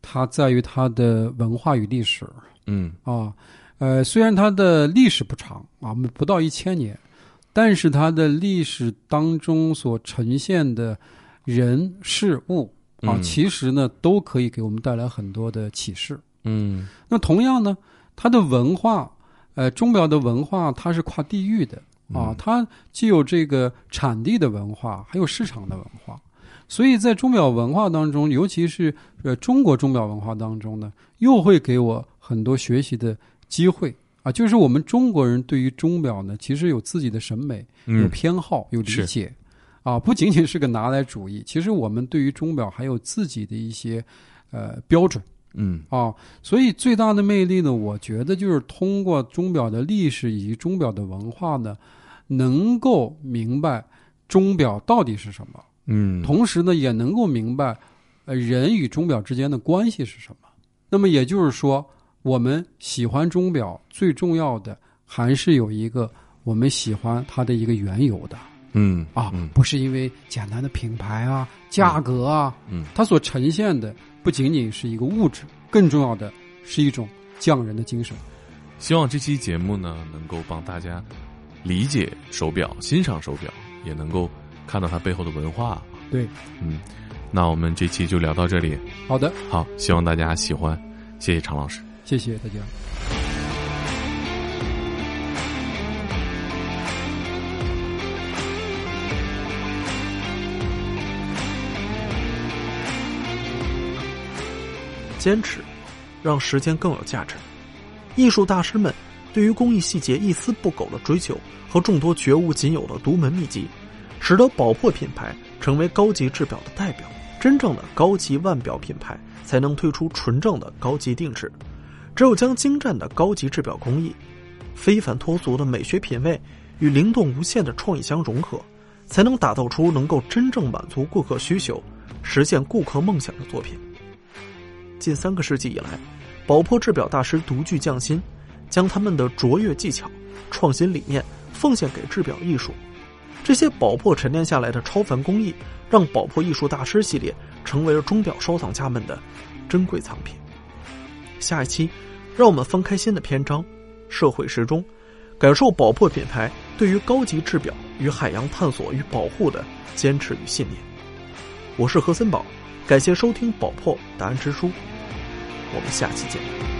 S3: 它在于它的文化与历史
S2: 嗯
S3: 啊。呃，虽然它的历史不长啊，不到一千年，但是它的历史当中所呈现的人事物啊，
S2: 嗯
S3: 其实呢都可以给我们带来很多的启示。
S2: 嗯
S3: 那同样呢，它的文化，呃，钟表的文化它是跨地域的啊
S2: 嗯，
S3: 它既有这个产地的文化，还有市场的文化。所以在钟表文化当中，尤其是呃中国钟表文化当中呢，又会给我很多学习的机会啊。就是我们中国人对于钟表呢，其实有自己的审美，有
S2: 嗯
S3: 偏好，有理
S2: 是
S3: 解，啊，不仅仅是个拿来主义。其实我们对于钟表还有自己的一些呃标准。
S2: 嗯
S3: 啊，所以最大的魅力呢，我觉得就是通过钟表的历史以及钟表的文化呢，能够明白钟表到底是什么，
S2: 嗯，
S3: 同时呢，也能够明白，呃，人与钟表之间的关系是什么。那么也就是说，我们喜欢钟表最重要的还是有一个我们喜欢它的一个缘由的
S2: 嗯
S3: 啊
S2: 嗯，
S3: 不是因为简单的品牌啊、价格啊，
S2: 嗯
S3: 它所呈现的不仅仅是一个物质，更重要的是一种匠人的精神。
S2: 希望这期节目呢，能够帮大家理解手表、欣赏手表，也能够看到它背后的文化。
S3: 对，
S2: 嗯，那我们这期就聊到这里。
S3: 好的，
S2: 好，希望大家喜欢，谢谢常老师。
S3: 谢谢大家。
S1: 坚持，让时间更有价值。艺术大师们对于工艺细节一丝不苟的追求和众多绝无仅有的独门秘籍，使得宝珀品牌成为高级制表的代表。真正的高级腕表品牌才能推出纯正的高级定制。只有将精湛的高级制表工艺、非凡脱俗的美学品味与灵动无限的创意相融合，才能打造出能够真正满足顾客需求、实现顾客梦想的作品。近三个世纪以来，宝珀制表大师独具匠心，将他们的卓越技巧、创新理念奉献给制表艺术。这些宝珀沉淀下来的超凡工艺，让宝珀艺术大师系列成为了钟表收藏家们的珍贵藏品。下一期，让我们翻开新的篇章，社会时钟，感受宝珀品牌对于高级制表与海洋探索与保护的坚持与信念。我是何森堡，感谢收听《宝珀答案之书》，我们下期见。